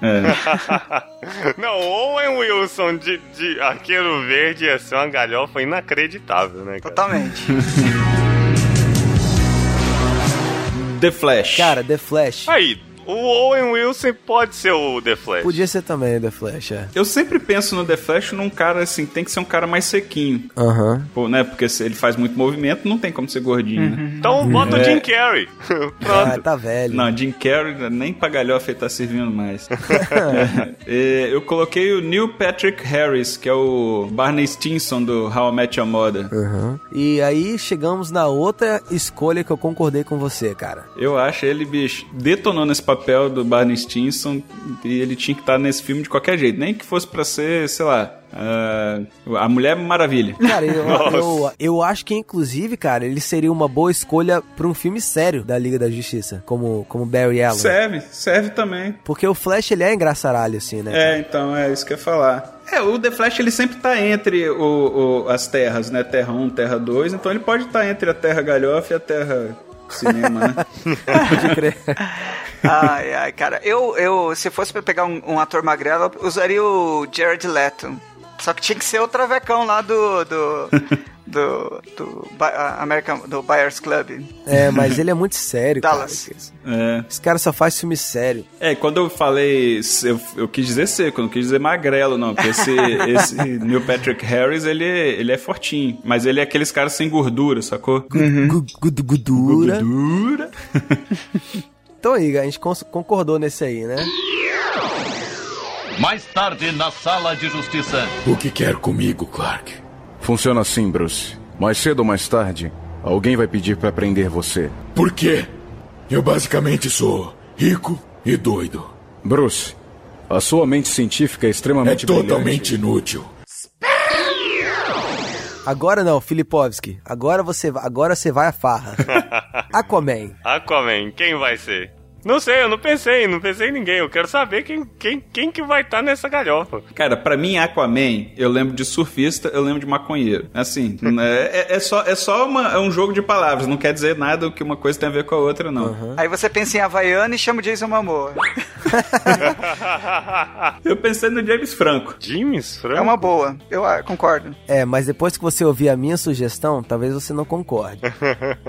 Não, o Owen Wilson de, de Arqueiro Verde ia ser uma galhofa inacreditável, né, cara? Totalmente. The Flash. Cara, The Flash. Aí, o Owen Wilson pode ser o The Flash. Podia ser também The Flash, é. Eu sempre penso no The Flash num cara assim, tem que ser um cara mais sequinho. Aham. Pô, né? Porque se ele faz muito movimento, não tem como ser gordinho, né? Então bota o É. Jim Carrey. (laughs) Pronto. Ah, tá velho. Não, Jim Carrey né, nem pra galhofa ele tá servindo mais. É, eu coloquei o Neil Patrick Harris, que é o Barney Stinson do How I Met Your Mother. E aí chegamos na outra escolha que eu concordei com você, cara. Eu acho ele, bicho, detonou nesse papel do Barney Stinson e ele tinha que estar nesse filme de qualquer jeito. Nem que fosse pra ser, sei lá, ah, a Mulher Maravilha. Cara, (laughs) eu, eu, eu acho que, inclusive, cara, ele seria uma boa escolha pra um filme sério da Liga da Justiça, como, como Barry Allen. Serve, serve também. Porque o Flash, ele é engraçaralho, assim, né? É, então, é isso que eu ia falar. É, o The Flash ele sempre tá entre o, o- as terras, né? Terra 1, Terra 2, então ele pode estar entre a Terra Galhofa e a Terra Cinema, né? ai, ai, cara. Eu, eu se fosse pra pegar um, um ator magrelo, eu usaria o Jared Leto. Só que tinha que ser o travecão lá (laughs) do... do... Do, do, Ba- ah, American, do Buyers Club. É, mas ele é muito sério, Dallas. cara. (laughs) É. Esse cara só faz filme sério. É, quando eu falei, eu, eu quis dizer seco, eu não quis dizer magrelo, não. Porque (laughs) esse, esse Neil Patrick Harris, ele, ele é fortinho. Mas ele é aqueles caras sem gordura, sacou? Gu- Uhum. gu- Gudura. Gordura. (laughs) Então aí, a gente cons- concordou nesse aí, né? Mais tarde na sala de justiça. O que quer comigo, Clark? Funciona assim, Bruce. Mais cedo ou mais tarde, alguém vai pedir pra prender você. Por quê? Eu basicamente sou rico e doido. Bruce, a sua mente científica é É extremamente totalmente brilhante. inútil. Agora não, Filipovski. Agora você, va- agora você vai à (laughs) farra. Aquaman. Aquaman, quem vai ser? Não sei, eu não pensei, não pensei em ninguém. Eu quero saber quem, quem, quem que vai estar nessa galhofa. (laughs) Cara, pra mim, Aquaman, eu lembro de surfista, eu lembro de maconheiro. Assim, é, é- é só, é só uma- é um jogo de palavras, não quer dizer nada que uma coisa tem a ver com a outra, não. Aí você pensa em Havaiana e chama o Jason Momoa. Eu pensei no James Franco. James Franco? (laughs) É uma boa, eu ah, concordo. É, mas depois que você ouvir a minha sugestão, talvez você não concorde.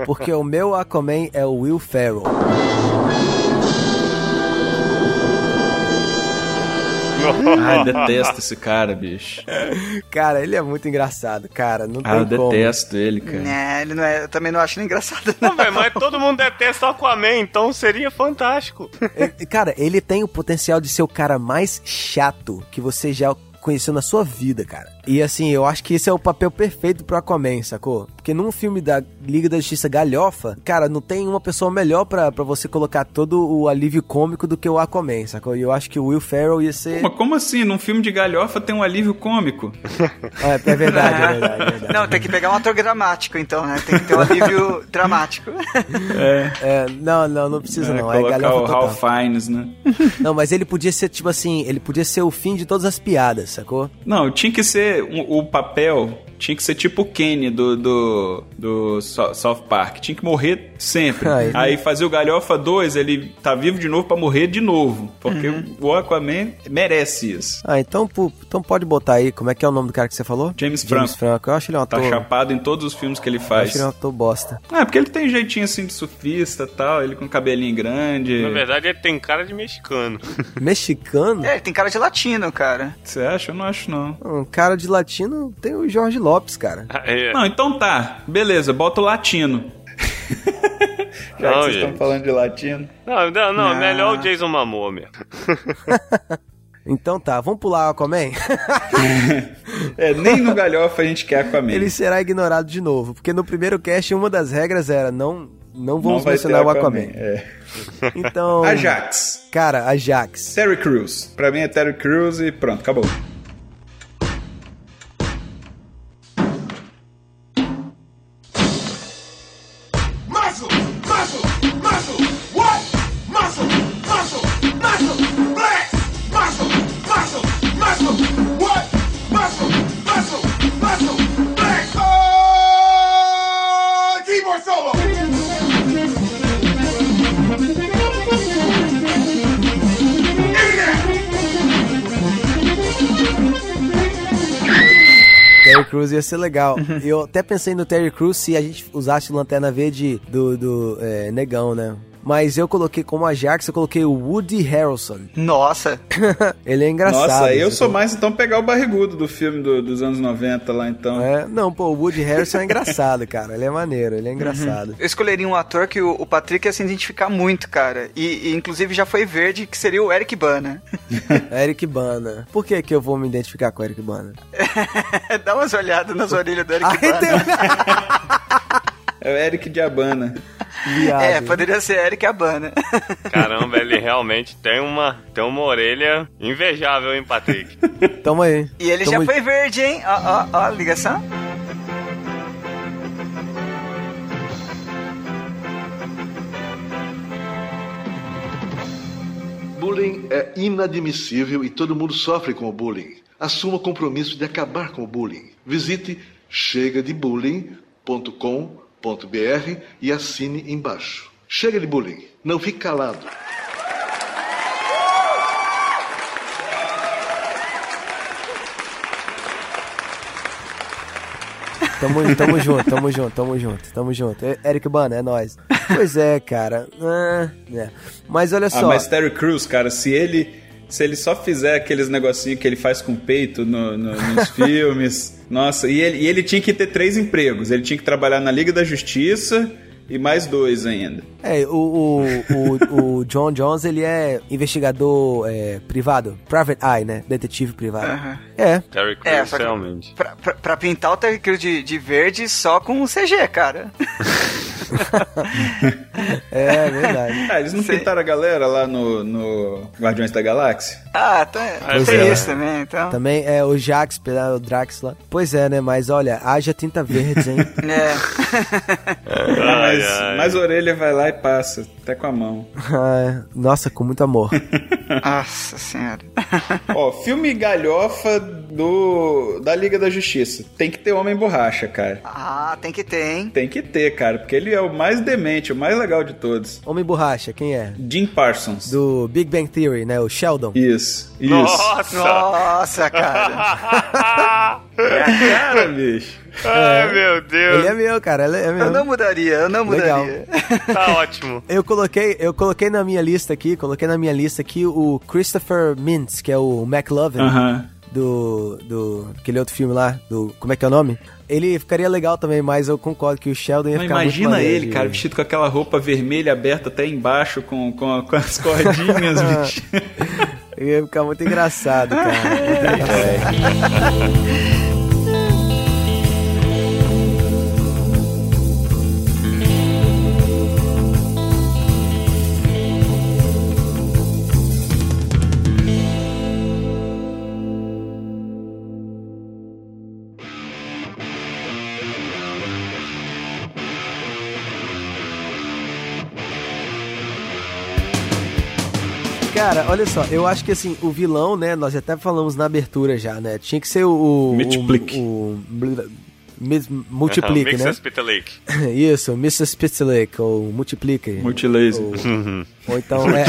Porque o meu Aquaman é o Will Ferrell. Ai, detesto esse cara, bicho. Cara, ele é muito engraçado, cara. Não Ah, eu tem como. detesto ele, cara. Né, ele não é, eu também não acho ele engraçado. Não, velho, mas todo mundo detesta Aquaman, então seria fantástico. Ele- cara, ele tem o potencial de ser o cara mais chato que você já conheceu na sua vida, cara. E assim, eu acho que esse é o papel perfeito pro Aquaman, sacou? Porque num filme da Liga da Justiça galhofa, cara, não tem uma pessoa melhor pra, pra você colocar todo o alívio cômico do que o Aquaman, sacou? E eu acho que o Will Ferrell ia ser... Mas como assim? Num filme de galhofa tem um alívio cômico? É, é verdade, é (laughs) verdade, é verdade. (laughs) Não, tem que pegar um ator dramático, então, né? Tem que ter (laughs) um alívio dramático. (laughs) É. não, não, não precisa não. É colocar galhofa o total. Ralph Fiennes, né? Não, mas ele podia ser, tipo assim, ele podia ser o fim de todas as piadas, sacou? Não, tinha que ser um- o papel. Tinha que ser tipo o Kenny do, do, do So- South Park. Tinha que morrer sempre. Ai, né? Aí fazer o Galhofa 2, ele tá vivo de novo pra morrer de novo. Porque Uhum. o Aquaman merece isso. Ah, então, pu- então pode botar aí, como é que é o nome do cara que você falou? James James Franco. Franco. Eu acho ele um Tá ator... chapado em todos os filmes que ele eu faz. acho ele um ator bosta. É, porque ele tem jeitinho assim de surfista e tal, ele com cabelinho grande. Na é verdade, ele tem cara de mexicano. (laughs) Mexicano? É, ele tem cara de latino, cara. Você acha? Eu não acho, não. Um cara de latino tem o Jorge Lopes, cara. Não, então tá. Beleza, bota o latino. Já que Não, vocês estão gente. falando de latino. Não, não, não, é Ah. melhor o Jason Momoa mesmo. Então tá, vamos pular o Aquaman? É, nem no galhofa a gente quer Aquaman. Ele será ignorado de novo, porque no primeiro cast uma das regras era não, não vamos vai mencionar ter o Aquaman. É. (laughs) Então... Ajax. Cara, Ajax. Terry Crews. Pra mim é Terry Crews e pronto, acabou. Muscle, muscle, muscle. What? Muscle, muscle, muscle. Blast. Muscle, muscle, muscle. What? Muscle, muscle, muscle. Blast. Oh, keyboard solo. Terry Crews ia ser legal. Eu até pensei no Terry Crews se a gente usasse Lanterna Verde do, do é, Negão, né? Mas eu coloquei como Ajax, eu coloquei o Woody Harrelson. Nossa. Ele é engraçado. Nossa, eu sacou? sou mais então pegar o barrigudo do filme do- dos anos 90 lá então. É, não, pô, o Woody Harrelson é engraçado, cara. Ele é maneiro, ele é engraçado. Eu escolheria um ator que o, o Patrick ia se identificar muito, cara. E, e, inclusive já foi verde, que seria o Eric Bana. (laughs) É Eric Bana. Por que que eu vou me identificar com o Eric Bana? Dá umas olhadas nas orelhas do Eric Ah, Bana. um É o Eric Diabana. É, poderia ser Eric Abana. (laughs) Caramba, ele realmente tem uma, tem uma orelha invejável, (laughs) hein, Patrick? É, Toma aí. E ele Toma já foi verde, hein? Ó, ó, ó, a ligação. Bullying é inadmissível e todo mundo sofre com o bullying. Assuma o compromisso de acabar com o bullying. Visite chegadebullying.com.br e assine embaixo. Chega de bullying, não fique calado. Tamo, tamo junto, tamo junto, tamo junto, tamo junto. E- Eric Bana, é nóis. Pois é, cara. Ah, é. Mas olha Ah, só. mas Terry Crews, cara, se ele se ele só fizer aqueles negocinhos que ele faz com o peito no- no- nos (laughs) filmes, nossa, e ele, e ele tinha que ter três empregos. Ele tinha que trabalhar na Liga da Justiça e mais dois ainda. É, o, o, o, o John Jones, ele é investigador é, privado. Private Eye, né? Detetive privado. Aham. É. Terry É, Crews, só que- realmente. Pra, pra- pra pintar o Terry Crews de, de verde só com o CG, cara. (laughs) É, verdade. (laughs) Ah, eles não pintaram a galera lá no, no Guardiões da Galáxia? Ah, tá, Pois tem é. isso também, então. Também é o Jax, pela- o Drax lá. Pois é, né? Mas olha, haja tinta verde, (laughs) hein? É. Ah, mas, ai. mas a orelha vai lá e passa, até com a (laughs) mão. Ah, Nossa, com muito amor. Nossa senhora. (laughs) Ó, filme galhofa do da Liga da Justiça. Tem que ter Homem Borracha, cara. Ah, tem que ter, hein? Tem que ter, cara, porque ele é o mais demente, o mais legal de todos. Homem Borracha, quem é? Jim Parsons. Do Big Bang Theory, né? O Sheldon. Isso, isso. (laughs) Nossa, (laughs) cara. É a (laughs) cara, bicho. Ai, meu Deus. Ele é meu, cara. Ele é meu. Eu não mudaria, eu não Legal. mudaria. é Tá ótimo. Eu coloquei, eu coloquei na minha lista aqui, coloquei na minha lista aqui o Christopher Mintz, que é o McLovin Aham. do do aquele outro filme lá, do como é que é o nome? Ele ficaria legal também, mas eu concordo que o Sheldon ia Mas ficar muito imagina maneiro ele, de- cara, vestido com (laughs) aquela roupa vermelha aberta até embaixo, com, com, com as cordinhas, bicho. Ia ficar muito engraçado, cara. (laughs) Cara, olha só, eu acho que assim, o vilão, né, nós até falamos na abertura já, né? Tinha que ser o. o Multiplique. O, o- mis- Ah, multiplique, tá, né? (laughs) Lake. Isso, Mrs. Pitzlick, ou Multiplique. Multilaser. Ou, ou então, é.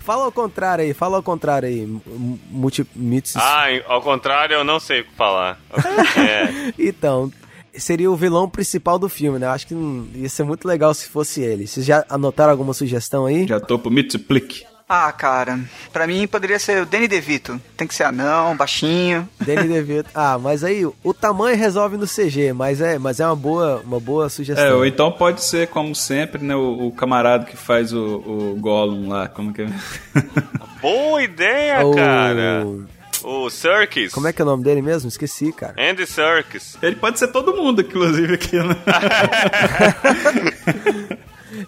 fala ao contrário aí, fala ao contrário aí. m- m- Multi, Mrs. Ah, em- ao contrário, eu não sei o que falar. (laughs) É, Então, seria o vilão principal do filme, né? Eu acho que hum, ia ser muito legal se fosse ele. Vocês já anotaram alguma sugestão aí? (laughs) Já tô pro Multiplique. Ah, cara, pra mim poderia ser o Danny DeVito. Tem que ser anão, baixinho. (laughs) Danny DeVito. Ah, mas aí o tamanho resolve no CG, mas é, mas é uma boa, uma boa sugestão. É, ou então pode ser, como sempre, né, o, o camarada que faz o, o Gollum lá, como que é? (laughs) boa ideia, O- cara. O Circus. Como é que é o nome dele mesmo? Esqueci, cara. Andy Circus. Ele pode ser todo mundo, inclusive, aqui, (laughs) né?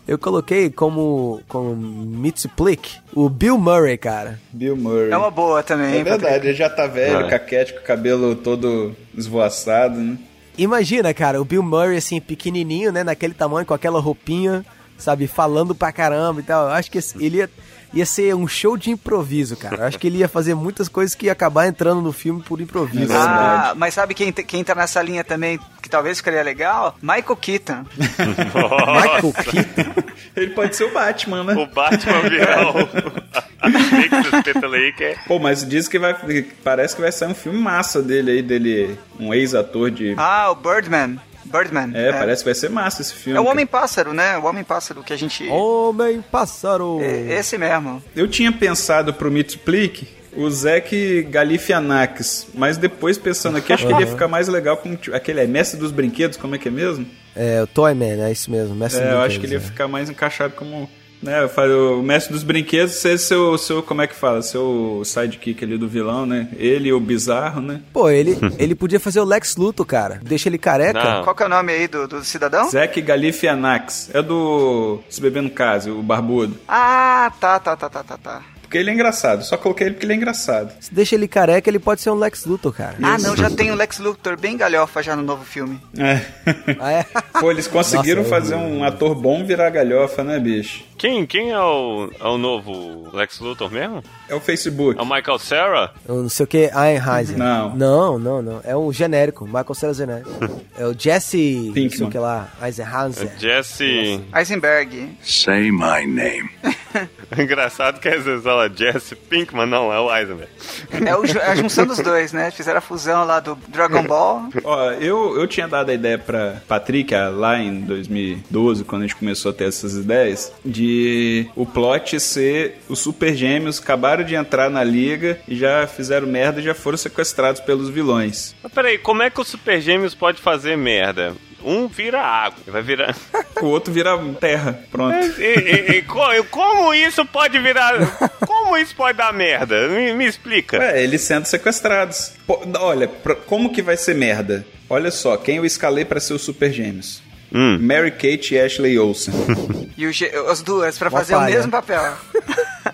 Eu coloquei como, como Mitsuplik o Bill Murray, cara. Bill Murray. É uma boa também. É hein, Patrick? verdade, ele já tá velho, É. caquético, cabelo todo esvoaçado, (laughs) né? Imagina, cara, o Bill Murray, assim, pequenininho, né? Naquele tamanho, com aquela roupinha, sabe? Falando pra caramba e tal. Eu acho que esse- ele ia, ia ser um show de improviso, cara. Eu acho que ele ia fazer muitas coisas que ia acabar entrando no filme por improviso. Ah, mas sabe quem, t- quem tá nessa linha também, que talvez ficaria legal? Michael (laughs) Keaton. (laughs) (laughs) Michael Keaton. Ele pode ser o Batman, né? O Batman virou (laughs) o Peta Lake. É... Pô, mas diz que vai. Parece que vai sair um filme massa dele aí, dele. Um ex-ator de. Ah, o Birdman. Birdman. é, parece que vai ser massa esse filme. É o cara. Homem-Pássaro, né? O Homem-Pássaro que a gente... Oh. Homem-Pássaro. É, esse mesmo. Eu tinha pensado pro Multiplique o Zack Galifianakis, mas depois pensando aqui, acho que ele ia Aham. ficar mais legal com tipo, aquele é mestre dos brinquedos, como é que é mesmo? É, o Toyman, é isso mesmo. Mestre é, eu Brinquedos, acho que ele ia né? ficar mais encaixado como, né, eu falo, o mestre dos brinquedos, ser seu, seu, como é que fala, seu sidekick ali do vilão, né? Ele, o bizarro, né? Pô, ele, ele podia fazer o Lex Luthor, cara. Deixa ele careca. Não. Qual que é o nome aí do, do cidadão? Zack Galifianakis, é do Se Beber no Caso, o barbudo. Ah, tá, tá, tá, tá, tá, tá. Porque ele é engraçado, só coloquei ele porque ele é engraçado. Se deixa ele careca, ele pode ser um Lex Luthor, cara. Ah, não, já tem o Lex Luthor bem galhofa já no novo filme. (laughs) Ah, é? (laughs) Pô, eles conseguiram Nossa, é fazer um ator bom virar galhofa, né, bicho? Quem, quem é, o, é o novo Lex Luthor mesmo? É o Facebook. É o Michael Sarah? Eu não sei o que, Einheiser. Não. Não, não, não. É um genérico, Michael Cera (laughs) genérico. é o Jesse, não sei o que lá, É Eisenhauser. Jesse. Eisenberg. Say my name. (laughs) Engraçado que às vezes fala Jesse Pinkman, não, é o Eisenberg. É o ju- é a junção dos dois, né? Fizeram a fusão lá do (laughs) Dragon Ball. Ó, eu, eu tinha dado a ideia pra Patrick, ah, lá em 2012, quando a gente começou a ter essas ideias, de o plot ser os super gêmeos acabaram de entrar na liga e já fizeram merda e já foram sequestrados pelos vilões. Mas peraí, como é que os Super Gêmeos pode fazer merda? Um vira água, vai virar. (laughs) O outro vira terra, pronto. E- e- e co- como isso pode virar. Como isso pode dar merda? Me, me explica. (laughs) É, eles sendo sequestrados. Pô, olha, pra- como que vai ser merda? Olha só, quem eu escalei pra ser os super gêmeos? Mary Kate e Ashley Olsen. E o G- as duas, pra Uma fazer o falha. mesmo (laughs) papel.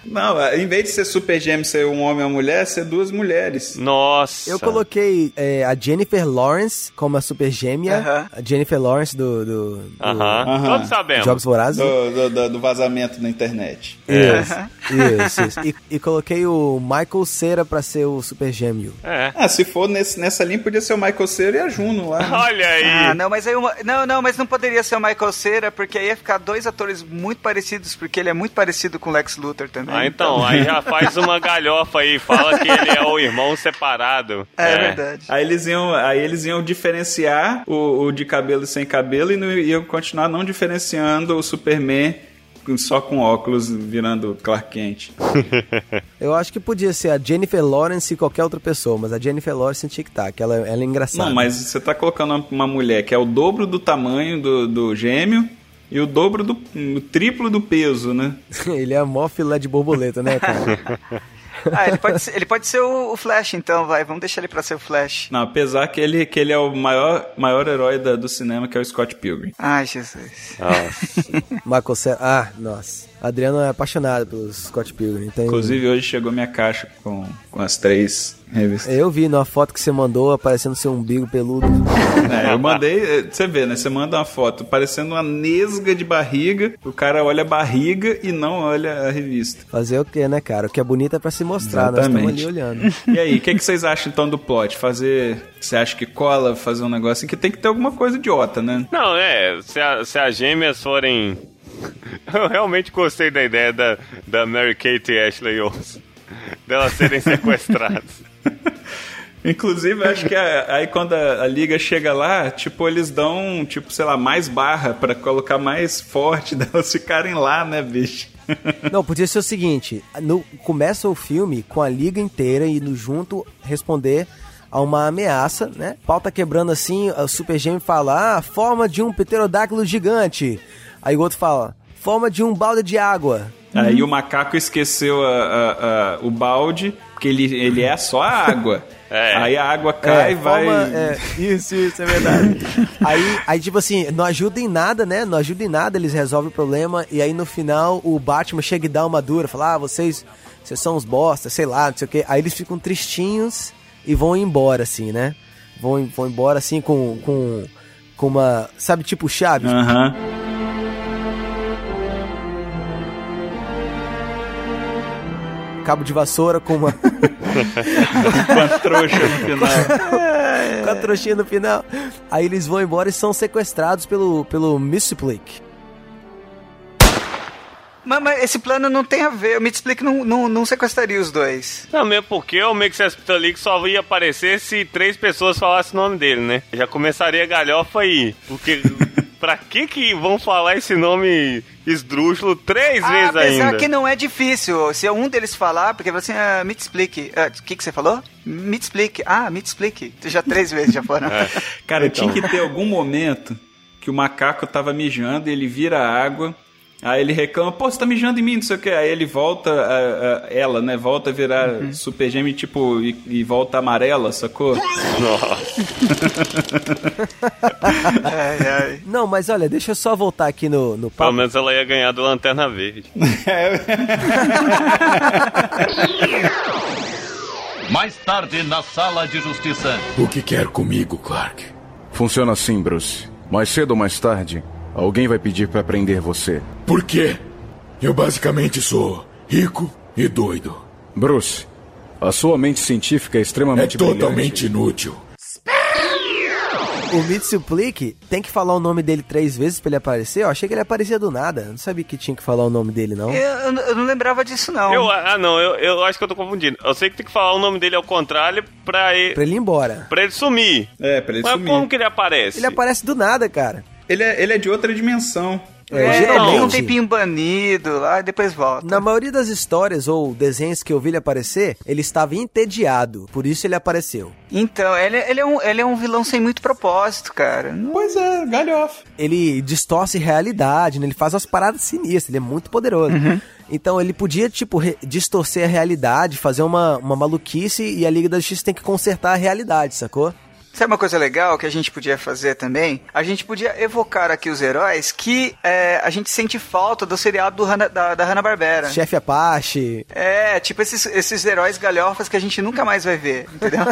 Não, em vez de ser super gêmeo ser um homem e uma mulher, ser duas mulheres. Nossa. Eu coloquei é, a Jennifer Lawrence como a super gêmea. Aham. A Jennifer Lawrence do. do, do Aham. Jogos Vorazes. Do, do- do- do vazamento na internet. É. Isso, isso, isso. E, e coloquei o Michael Cera pra ser o super gêmeo. É. Ah, se for nesse- nessa linha, podia ser o Michael Cera e a Juno lá. né? Ah, não, mas aí uma... Não, não, mas não poderia ser o Michael Cera, porque aí ia ficar dois atores muito parecidos, porque ele é muito parecido com o Lex Luthor também. Ah, então, aí já faz uma galhofa aí, fala que ele é o irmão separado. É É. Aí eles iam, aí eles iam diferenciar o, o de cabelo sem cabelo e não, iam continuar não diferenciando o Superman com- só com óculos virando Clark Kent. Eu acho que podia ser a Jennifer Lawrence e qualquer outra pessoa, mas a Jennifer Lawrence tinha que estar, que ela, ela é engraçada. (laughs) Não, mas você tá colocando uma- uma mulher que é o dobro do tamanho do, do gêmeo e o dobro do. o triplo do peso, né? Ele é mó filé de borboleta, né, cara? Ah, ele pode ser, ele pode ser o, o Flash, então, vai. Vamos deixar ele pra ser o Flash. Não, apesar que ele, que ele é o maior, maior herói da- do cinema, que é o Scott Pilgrim. Ai, Jesus. Marco Cé- Ah, nossa. Adriano é apaixonado pelo Scott Pilgrim. então Tem... Inclusive, hoje chegou minha caixa com, com as três revistas. Eu vi numa foto que você mandou aparecendo seu umbigo peludo. É, eu mandei, é, você vê, né? Você manda uma foto parecendo uma nesga de barriga, o cara olha a barriga e não olha a revista. Fazer o quê, né, cara? O que é bonito é pra se mostrar, nós estamos ali olhando. E aí, o que, que vocês acham então do plot? Fazer. Você acha que cola fazer um negócio assim que tem que ter alguma coisa idiota, né? (laughs) Não, é, se, a- se as gêmeas forem. (laughs) Eu realmente gostei da ideia da, da Mary Kate e Ashley Olsen. Delas serem (laughs) sequestradas. Inclusive, eu acho que a- aí quando a, a liga chega lá, tipo, eles dão, tipo, sei lá, mais barra pra colocar mais forte (laughs) delas ficarem lá, né, bicho? (laughs) Não, podia ser o seguinte: no- começa o filme com a liga inteira indo junto responder a uma ameaça, né? Pau tá quebrando assim, o Super Gêmeo fala: ah, forma de um pterodáctilo gigante. Aí o outro fala: forma de um balde de água. Aí o macaco esqueceu a- a- a- o balde, porque ele, ele é só a água. Aí a água cai e É, vai. forma- é, isso, isso, é verdade. aí, aí, tipo assim, não ajuda em nada, né? Não ajuda em nada, eles resolvem o problema. E aí, no final, o Batman chega e dá uma dura. Fala, ah, vocês, vocês são uns bosta, sei lá, não sei o quê. Aí eles ficam tristinhos e vão embora, assim, né? Vão, vão embora, assim, com, com, com uma... Sabe, tipo chave? Aham. Cabo de vassoura com uma... (laughs) com a trouxa no final. (laughs) com a trouxinha no final. Aí eles vão embora e são sequestrados pelo, pelo Mystic. Mas, mas esse plano não tem a ver. Eu me explique, não, não, não sequestraria os dois. Não, mesmo porque o Mix Hospital League só ia aparecer se três pessoas falassem o nome dele, né? Já começaria a galhofa aí. (laughs) Porque pra que que vão falar esse nome esdrúxulo três Ah, vezes apesar ainda? que não é difícil. Se um deles falar, porque você assim, ah, me te explique. Ah, O que, que você falou? Me te explique. Ah, me te explique. Tu Já três vezes já foram. É. Cara, Então. tinha que ter algum momento que o macaco tava mijando, ele vira a água, aí ele reclama, pô, você tá mijando em mim, não sei o que. Aí ele volta, a- a- ela, né? Volta a virar super gêmeo, tipo, e, e volta amarela, sacou? Não, mas olha, deixa eu só voltar aqui no, no Pelo papo. menos ela ia ganhar do Lanterna Verde. Mais tarde na sala de justiça. O que quer comigo, Clark? Funciona assim, Bruce. Mais cedo ou mais tarde, alguém vai pedir pra prender você. Por quê? Eu basicamente sou rico e doido. Bruce, a sua mente científica é É extremamente totalmente brilhante. inútil. O Mitsuplique tem que falar o nome dele três vezes pra ele aparecer. Eu achei que ele aparecia do nada. Eu Não sabia que tinha que falar o nome dele, não. Eu, eu- eu não lembrava disso, não. Eu, ah, não, eu, eu acho que eu tô confundindo. Eu sei que tem que falar o nome dele ao contrário pra ele, Pra ele ir embora. pra ele sumir. É, pra ele Mas sumir. como que ele aparece? Ele aparece do nada, cara. Ele é, ele é de outra dimensão. É, É, geralmente. fica um tempinho banido lá e depois volta. Na maioria das histórias ou desenhos que eu vi ele aparecer, ele estava entediado. Por isso ele apareceu. Então, ele, ele, é um, ele é um vilão sem muito propósito, cara. Não- Pois é, galhofa. Ele distorce realidade, né? Ele faz umas paradas sinistras, ele é muito poderoso. Uhum. Então ele podia, tipo, re- distorcer a realidade, fazer uma, uma maluquice e a Liga da Justiça tem que consertar a realidade, sacou? Sabe uma coisa legal que a gente podia fazer também? A gente podia evocar aqui os heróis que é, a gente sente falta do seriado do Hanna- da, da Hanna-Barbera. Chefe Apache. É, tipo esses, esses heróis galhofas que a gente nunca mais vai ver, (laughs) entendeu?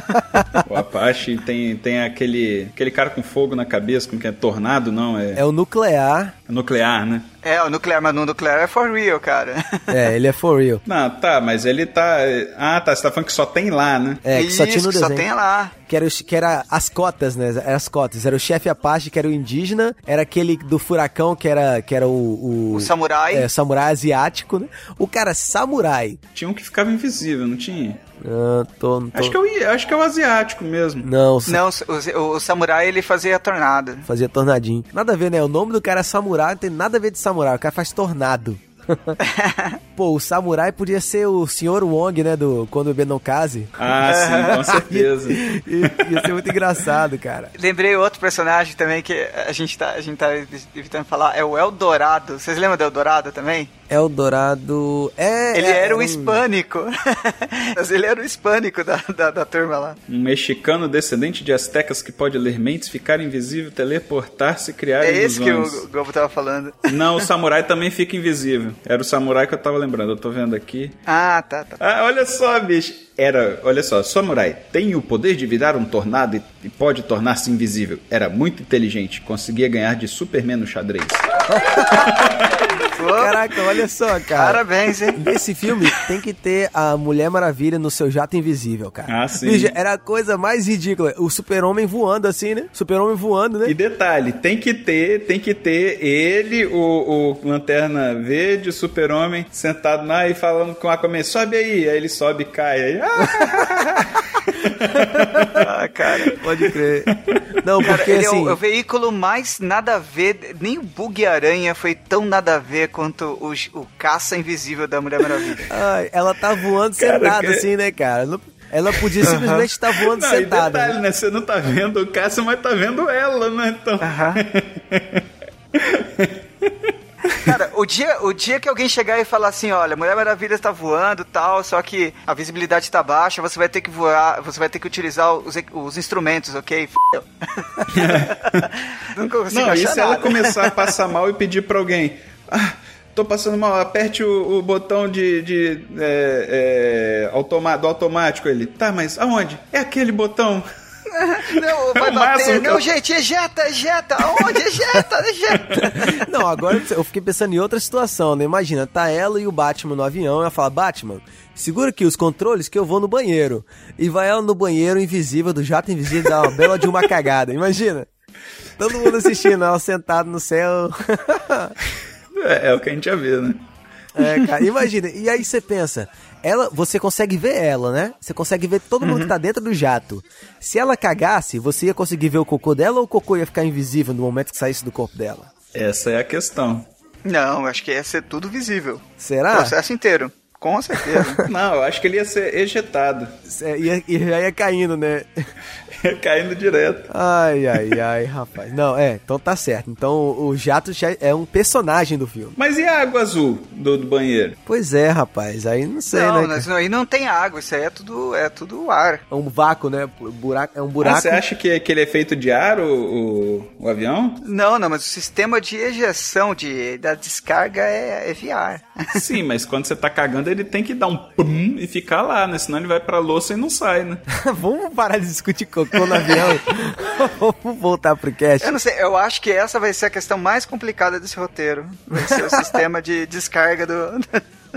O Apache tem, tem aquele, aquele cara com fogo na cabeça, como que é? Tornado, não? É, É o nuclear. nuclear, né? é, o nuclear, mas no nuclear é for real, cara. É, ele é for real. Não, tá, mas ele tá. Ah, tá, você tá falando que só tem lá, né? É, que só tinha no que desenho. só tem lá. Que era, o- que era as cotas, né? Era as cotas. Era o chefe Apache, que era o indígena. Era aquele do furacão, que era, que era o, O samurai. É, samurai asiático, né? O cara samurai. Tinha um que ficava invisível, não tinha? Ah, tô, tô- Acho que, é o, i- acho que é o asiático mesmo. Não, sa- Não, o, o- o samurai ele fazia tornado. (laughs) fazia tornadinho. Nada a ver, né? O nome do cara é samurai, não tem nada a ver de samurai. O cara faz tornado. Pô, o samurai podia ser o senhor Wong, né? Do Quando o Bebê Não Case. Ah, É. sim, com (laughs) certeza. I- i- (laughs) ia ser muito engraçado, cara. Lembrei outro personagem também que a gente tá, a gente tá evitando falar, é o Eldorado. Vocês lembram do Eldorado também? Eldorado. É. Ele é, era o um- hispânico. (laughs) Mas ele era o hispânico da, da, da turma lá. Um mexicano descendente de astecas que pode ler mentes, ficar invisível, teleportar-se e criar É esse que ilusões. o Globo tava falando. Não, o samurai também fica invisível. Era o samurai que eu tava lembrando, eu tô vendo aqui. Ah, tá, tá. Ah, olha só, bicho. Era, olha só, samurai tem o poder de virar um tornado e, e pode tornar-se invisível. Era muito inteligente, conseguia ganhar de Superman no xadrez. Caraca, olha (laughs) só, cara. Parabéns, hein? Nesse filme tem que ter a Mulher Maravilha no seu jato invisível, cara. Ah, sim. Bicho, era a coisa mais ridícula. O super-homem voando assim, né? Super-homem voando, né? E detalhe, tem que ter, tem que ter ele, o, o Lanterna Verde, o Super-Homem, sentado lá e falando com a Aquaman, sobe aí, aí ele sobe e cai. Aí, ah! Ah, cara. Pode crer. Não, (laughs) Cara, porque ele é assim. o, é o veículo mais nada a ver. Nem o Bug Aranha foi tão nada a ver quanto o, o Caça Invisível da Mulher Maravilha. ai, ela tá voando sentada, que- assim, né, cara? Não- Ela podia simplesmente estar voando Não, e sentada. detalhe, né? Você não tá vendo o Cássio, mas tá vendo ela, né? Então. Cara, o dia, o dia que alguém chegar e falar assim, olha, Mulher Maravilha está voando e tal, só que a visibilidade está baixa, você vai ter que voar, você vai ter que utilizar os, os instrumentos, ok? (laughs) F***. Não consigo Não, é achar e se ela nada. começar a passar mal e pedir pra alguém. "Ah, Tô passando mal, aperte o, o botão de, de é, é, automa- do automático ele. Tá, mas aonde? É aquele botão. (laughs) Não, vai É o máximo bater. que Não, eu- gente, ejeta, ejeta. Aonde? Ejeta, ejeta. (laughs) (laughs) Não, agora eu fiquei pensando em outra situação, né? Imagina, tá ela e o Batman no avião, e ela fala, Batman, segura aqui os controles que eu vou no banheiro. E vai ela no banheiro invisível, do jato invisível, dá uma bela de uma cagada, imagina. Todo mundo assistindo, ela sentada no céu. (laughs) É, é o que a gente ia ver, né? É, cara, imagina. E aí você pensa, ela, você consegue ver ela, né? Você consegue ver todo mundo que tá dentro do jato. Se ela cagasse, você ia conseguir ver o cocô dela ou o cocô ia ficar invisível no momento que saísse do corpo dela? Essa é a questão. Não, acho que ia ser tudo visível. Será? Processo inteiro. Com certeza. Ah. (laughs) Não, eu acho que ele ia ser ejetado. É, ia, ia, ia caindo, né? (laughs) Caindo direto. Ai, ai, ai, rapaz. Não, é, então tá certo. Então o o Jato já é um personagem do filme. Mas e a água azul do, do banheiro? Ah, Pois é, rapaz, aí não sei, não, né? mas cara? aí não tem água, isso aí é tudo, é tudo ar. É um vácuo, né? Buraco, é um Ah, buraco. você acha que, que ele é feito de ar, o, o, (laughs) o avião? Não, não, mas o sistema de ejeção de, da descarga é, é VR. Sim, mas quando você tá cagando, ele tem que dar um pum e ficar lá, né? Senão ele vai pra louça e não (laughs) sai, né? Vamos parar de discutir cocô no avião? (laughs) Vamos voltar pro cast. Eu não sei, eu acho que essa vai ser a questão mais complicada desse roteiro. Vai (laughs) ser o sistema de descarga do,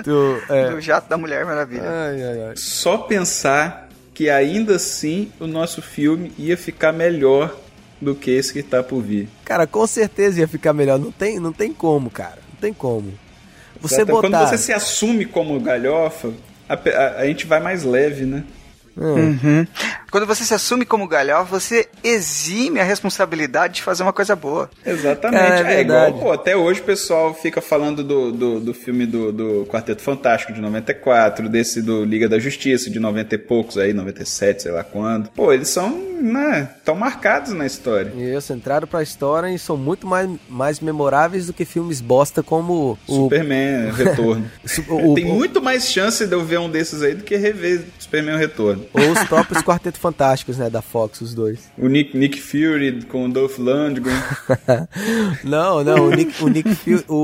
Do, é. do jato da Mulher Maravilha. Ai, ai, ai. Só pensar que ainda assim o nosso filme ia ficar melhor do que esse que tá por vir. Cara, com certeza ia ficar melhor. Não tem, não tem como, cara. Não tem como. Você Exato. botar. Quando você se assume como galhofa, a, pe- a- a gente vai mais leve, né? Uhum. Quando você se assume como galhofa, você exime a responsabilidade de fazer uma coisa boa. Exatamente. Cara, é é igual, verdade. pô, até hoje o pessoal fica falando do, do, do filme do, do Quarteto Fantástico de 94, desse do Liga da Justiça de 90 e poucos aí, 97, sei lá quando. Pô, eles são, né, tão marcados na história. E eles entraram pra história e são muito mais, mais memoráveis do que filmes bosta como o. Superman Retorno. Su- (laughs) o- Tem o- muito mais chance de eu ver um desses aí do que rever Superman Retorno. Ou os próprios Quarteto Fantásticos, né? Da Fox, os dois. (laughs) O Nick, Nick Fury com o Dolph Lundgren. Não, não, o Nick, o Nick Fury, o,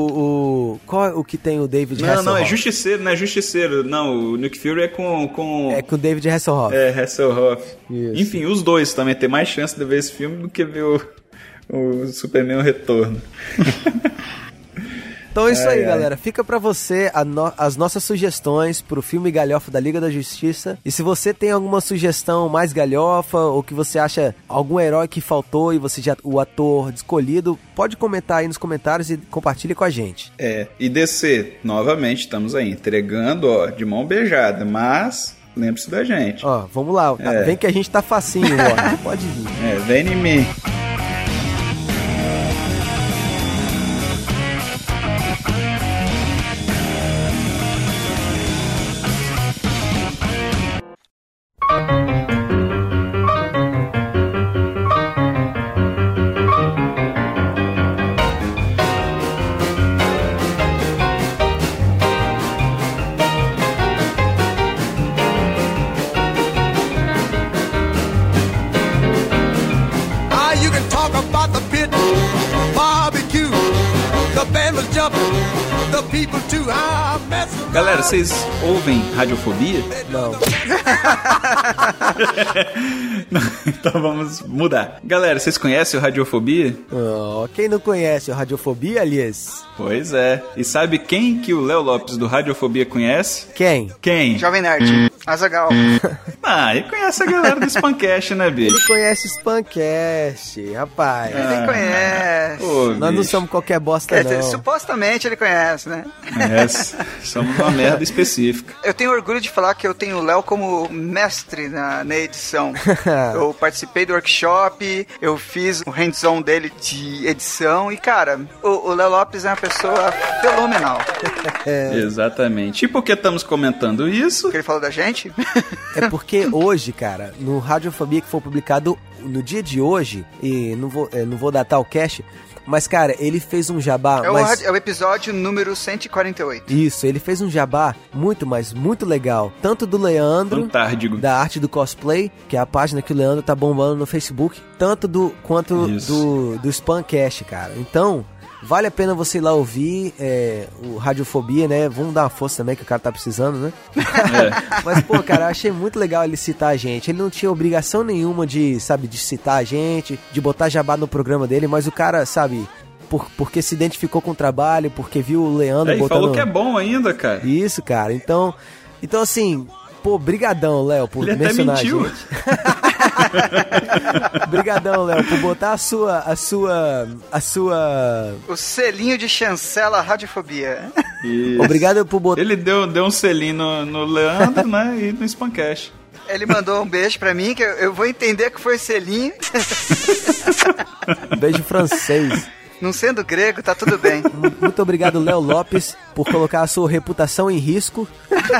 o- Qual é o que tem o David Não, não, é Hasselhoff? Justiceiro, não é Justiceiro. Não, o Nick Fury é com... com... É com o David Hasselhoff. É, Hasselhoff. Isso. Enfim, os dois também tem mais chance de ver esse filme do que ver o, o Superman Retorno. Então é isso aí, Ai, ai. galera. Fica pra você a no- as nossas sugestões pro filme Galhofa da Liga da Justiça. E se você tem alguma sugestão mais galhofa ou que você acha algum herói que faltou e você já o ator escolhido, pode comentar aí nos comentários e compartilhe com a gente. É, e DC, novamente, estamos aí entregando, ó, de mão beijada, mas lembre-se da gente. Ó, vamos lá. tá- É. Vem que a gente tá facinho, ó. (laughs) Pode vir. É, vem em mim. Thank Galera, vocês ouvem radiofobia? Não. (laughs) então vamos mudar. Galera, vocês conhecem o Radiofobia? Oh, quem não conhece o Radiofobia, aliás? Pois é. E sabe quem que o Léo Lopes do Radiofobia conhece? Quem? Quem? Jovem Nerd. Azagal. ah, ele conhece a galera do Spancast, né, bicho? Ele conhece o Spancast, rapaz. Ele ah, conhece. Ô, Nós bicho. não somos qualquer bosta, É, Quer dizer, não. supostamente ele conhece, né? Conhece. É, Somos uma merda específica. Eu tenho orgulho de falar que eu tenho o Léo como mestre na, na edição. eu participei do workshop, eu fiz o hands-on dele de edição e, cara, o, o Léo Lopes é uma pessoa fenomenal. é. Exatamente. E por que estamos comentando isso? Porque ele falou da gente? é porque hoje, cara, no Radiofobia que foi publicado no dia de hoje, e não vou, é, não vou datar o cast, mas, cara, ele fez um jabá. É o, mas... é o episódio número 148. Isso, ele fez um jabá muito, mas muito legal. Tanto do Leandro. Um Fantárdigo. Da arte do cosplay, que é a página que o Leandro tá bombando no Facebook. Tanto do quanto Isso. do, do Spamcast, cara. Então, Vale a pena você ir lá ouvir é, o Radiofobia, né? Vamos dar uma força também, que o cara (laughs) tá precisando, né? É. Mas, pô, cara, eu achei muito legal ele citar a gente. Ele não tinha obrigação nenhuma de, sabe, de citar a gente, de botar jabá no programa dele, mas o cara, sabe, por, porque se identificou com o trabalho, porque viu o Leandro é, botando... falou que é bom ainda, cara. Isso, cara. Então, então assim, pô, brigadão, Léo, por ele mencionar até mentiu. a gente. Obrigadão, Léo, por botar a sua, a sua, a sua... O selinho de chancela radiofobia. (laughs) Isso. Obrigado por botar... Ele deu, deu um selinho no, no Leandro, né, e no Spancast. Ele mandou um beijo pra mim, que eu, eu vou entender que foi selinho. (laughs) beijo francês. Não sendo grego, tá tudo bem. Muito obrigado, Léo Lopes, por colocar a sua reputação em risco,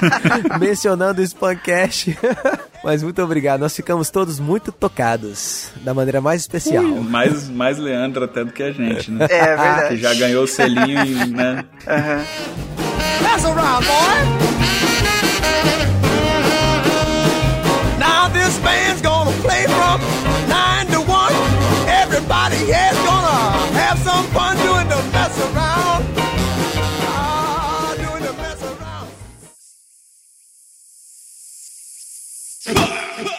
(laughs) mencionando o Spamcast. (laughs) Mas muito obrigado, nós ficamos todos muito tocados, da maneira mais especial. Ui, mais, mais Leandro até do que a gente, né? É, é verdade. Que já ganhou o selinho, e, né? Uhum. That's around, boy! Now this band's gonna play from 9 to 1. Everybody is gonna have some fun doing the mess around. Ah, doing the mess around.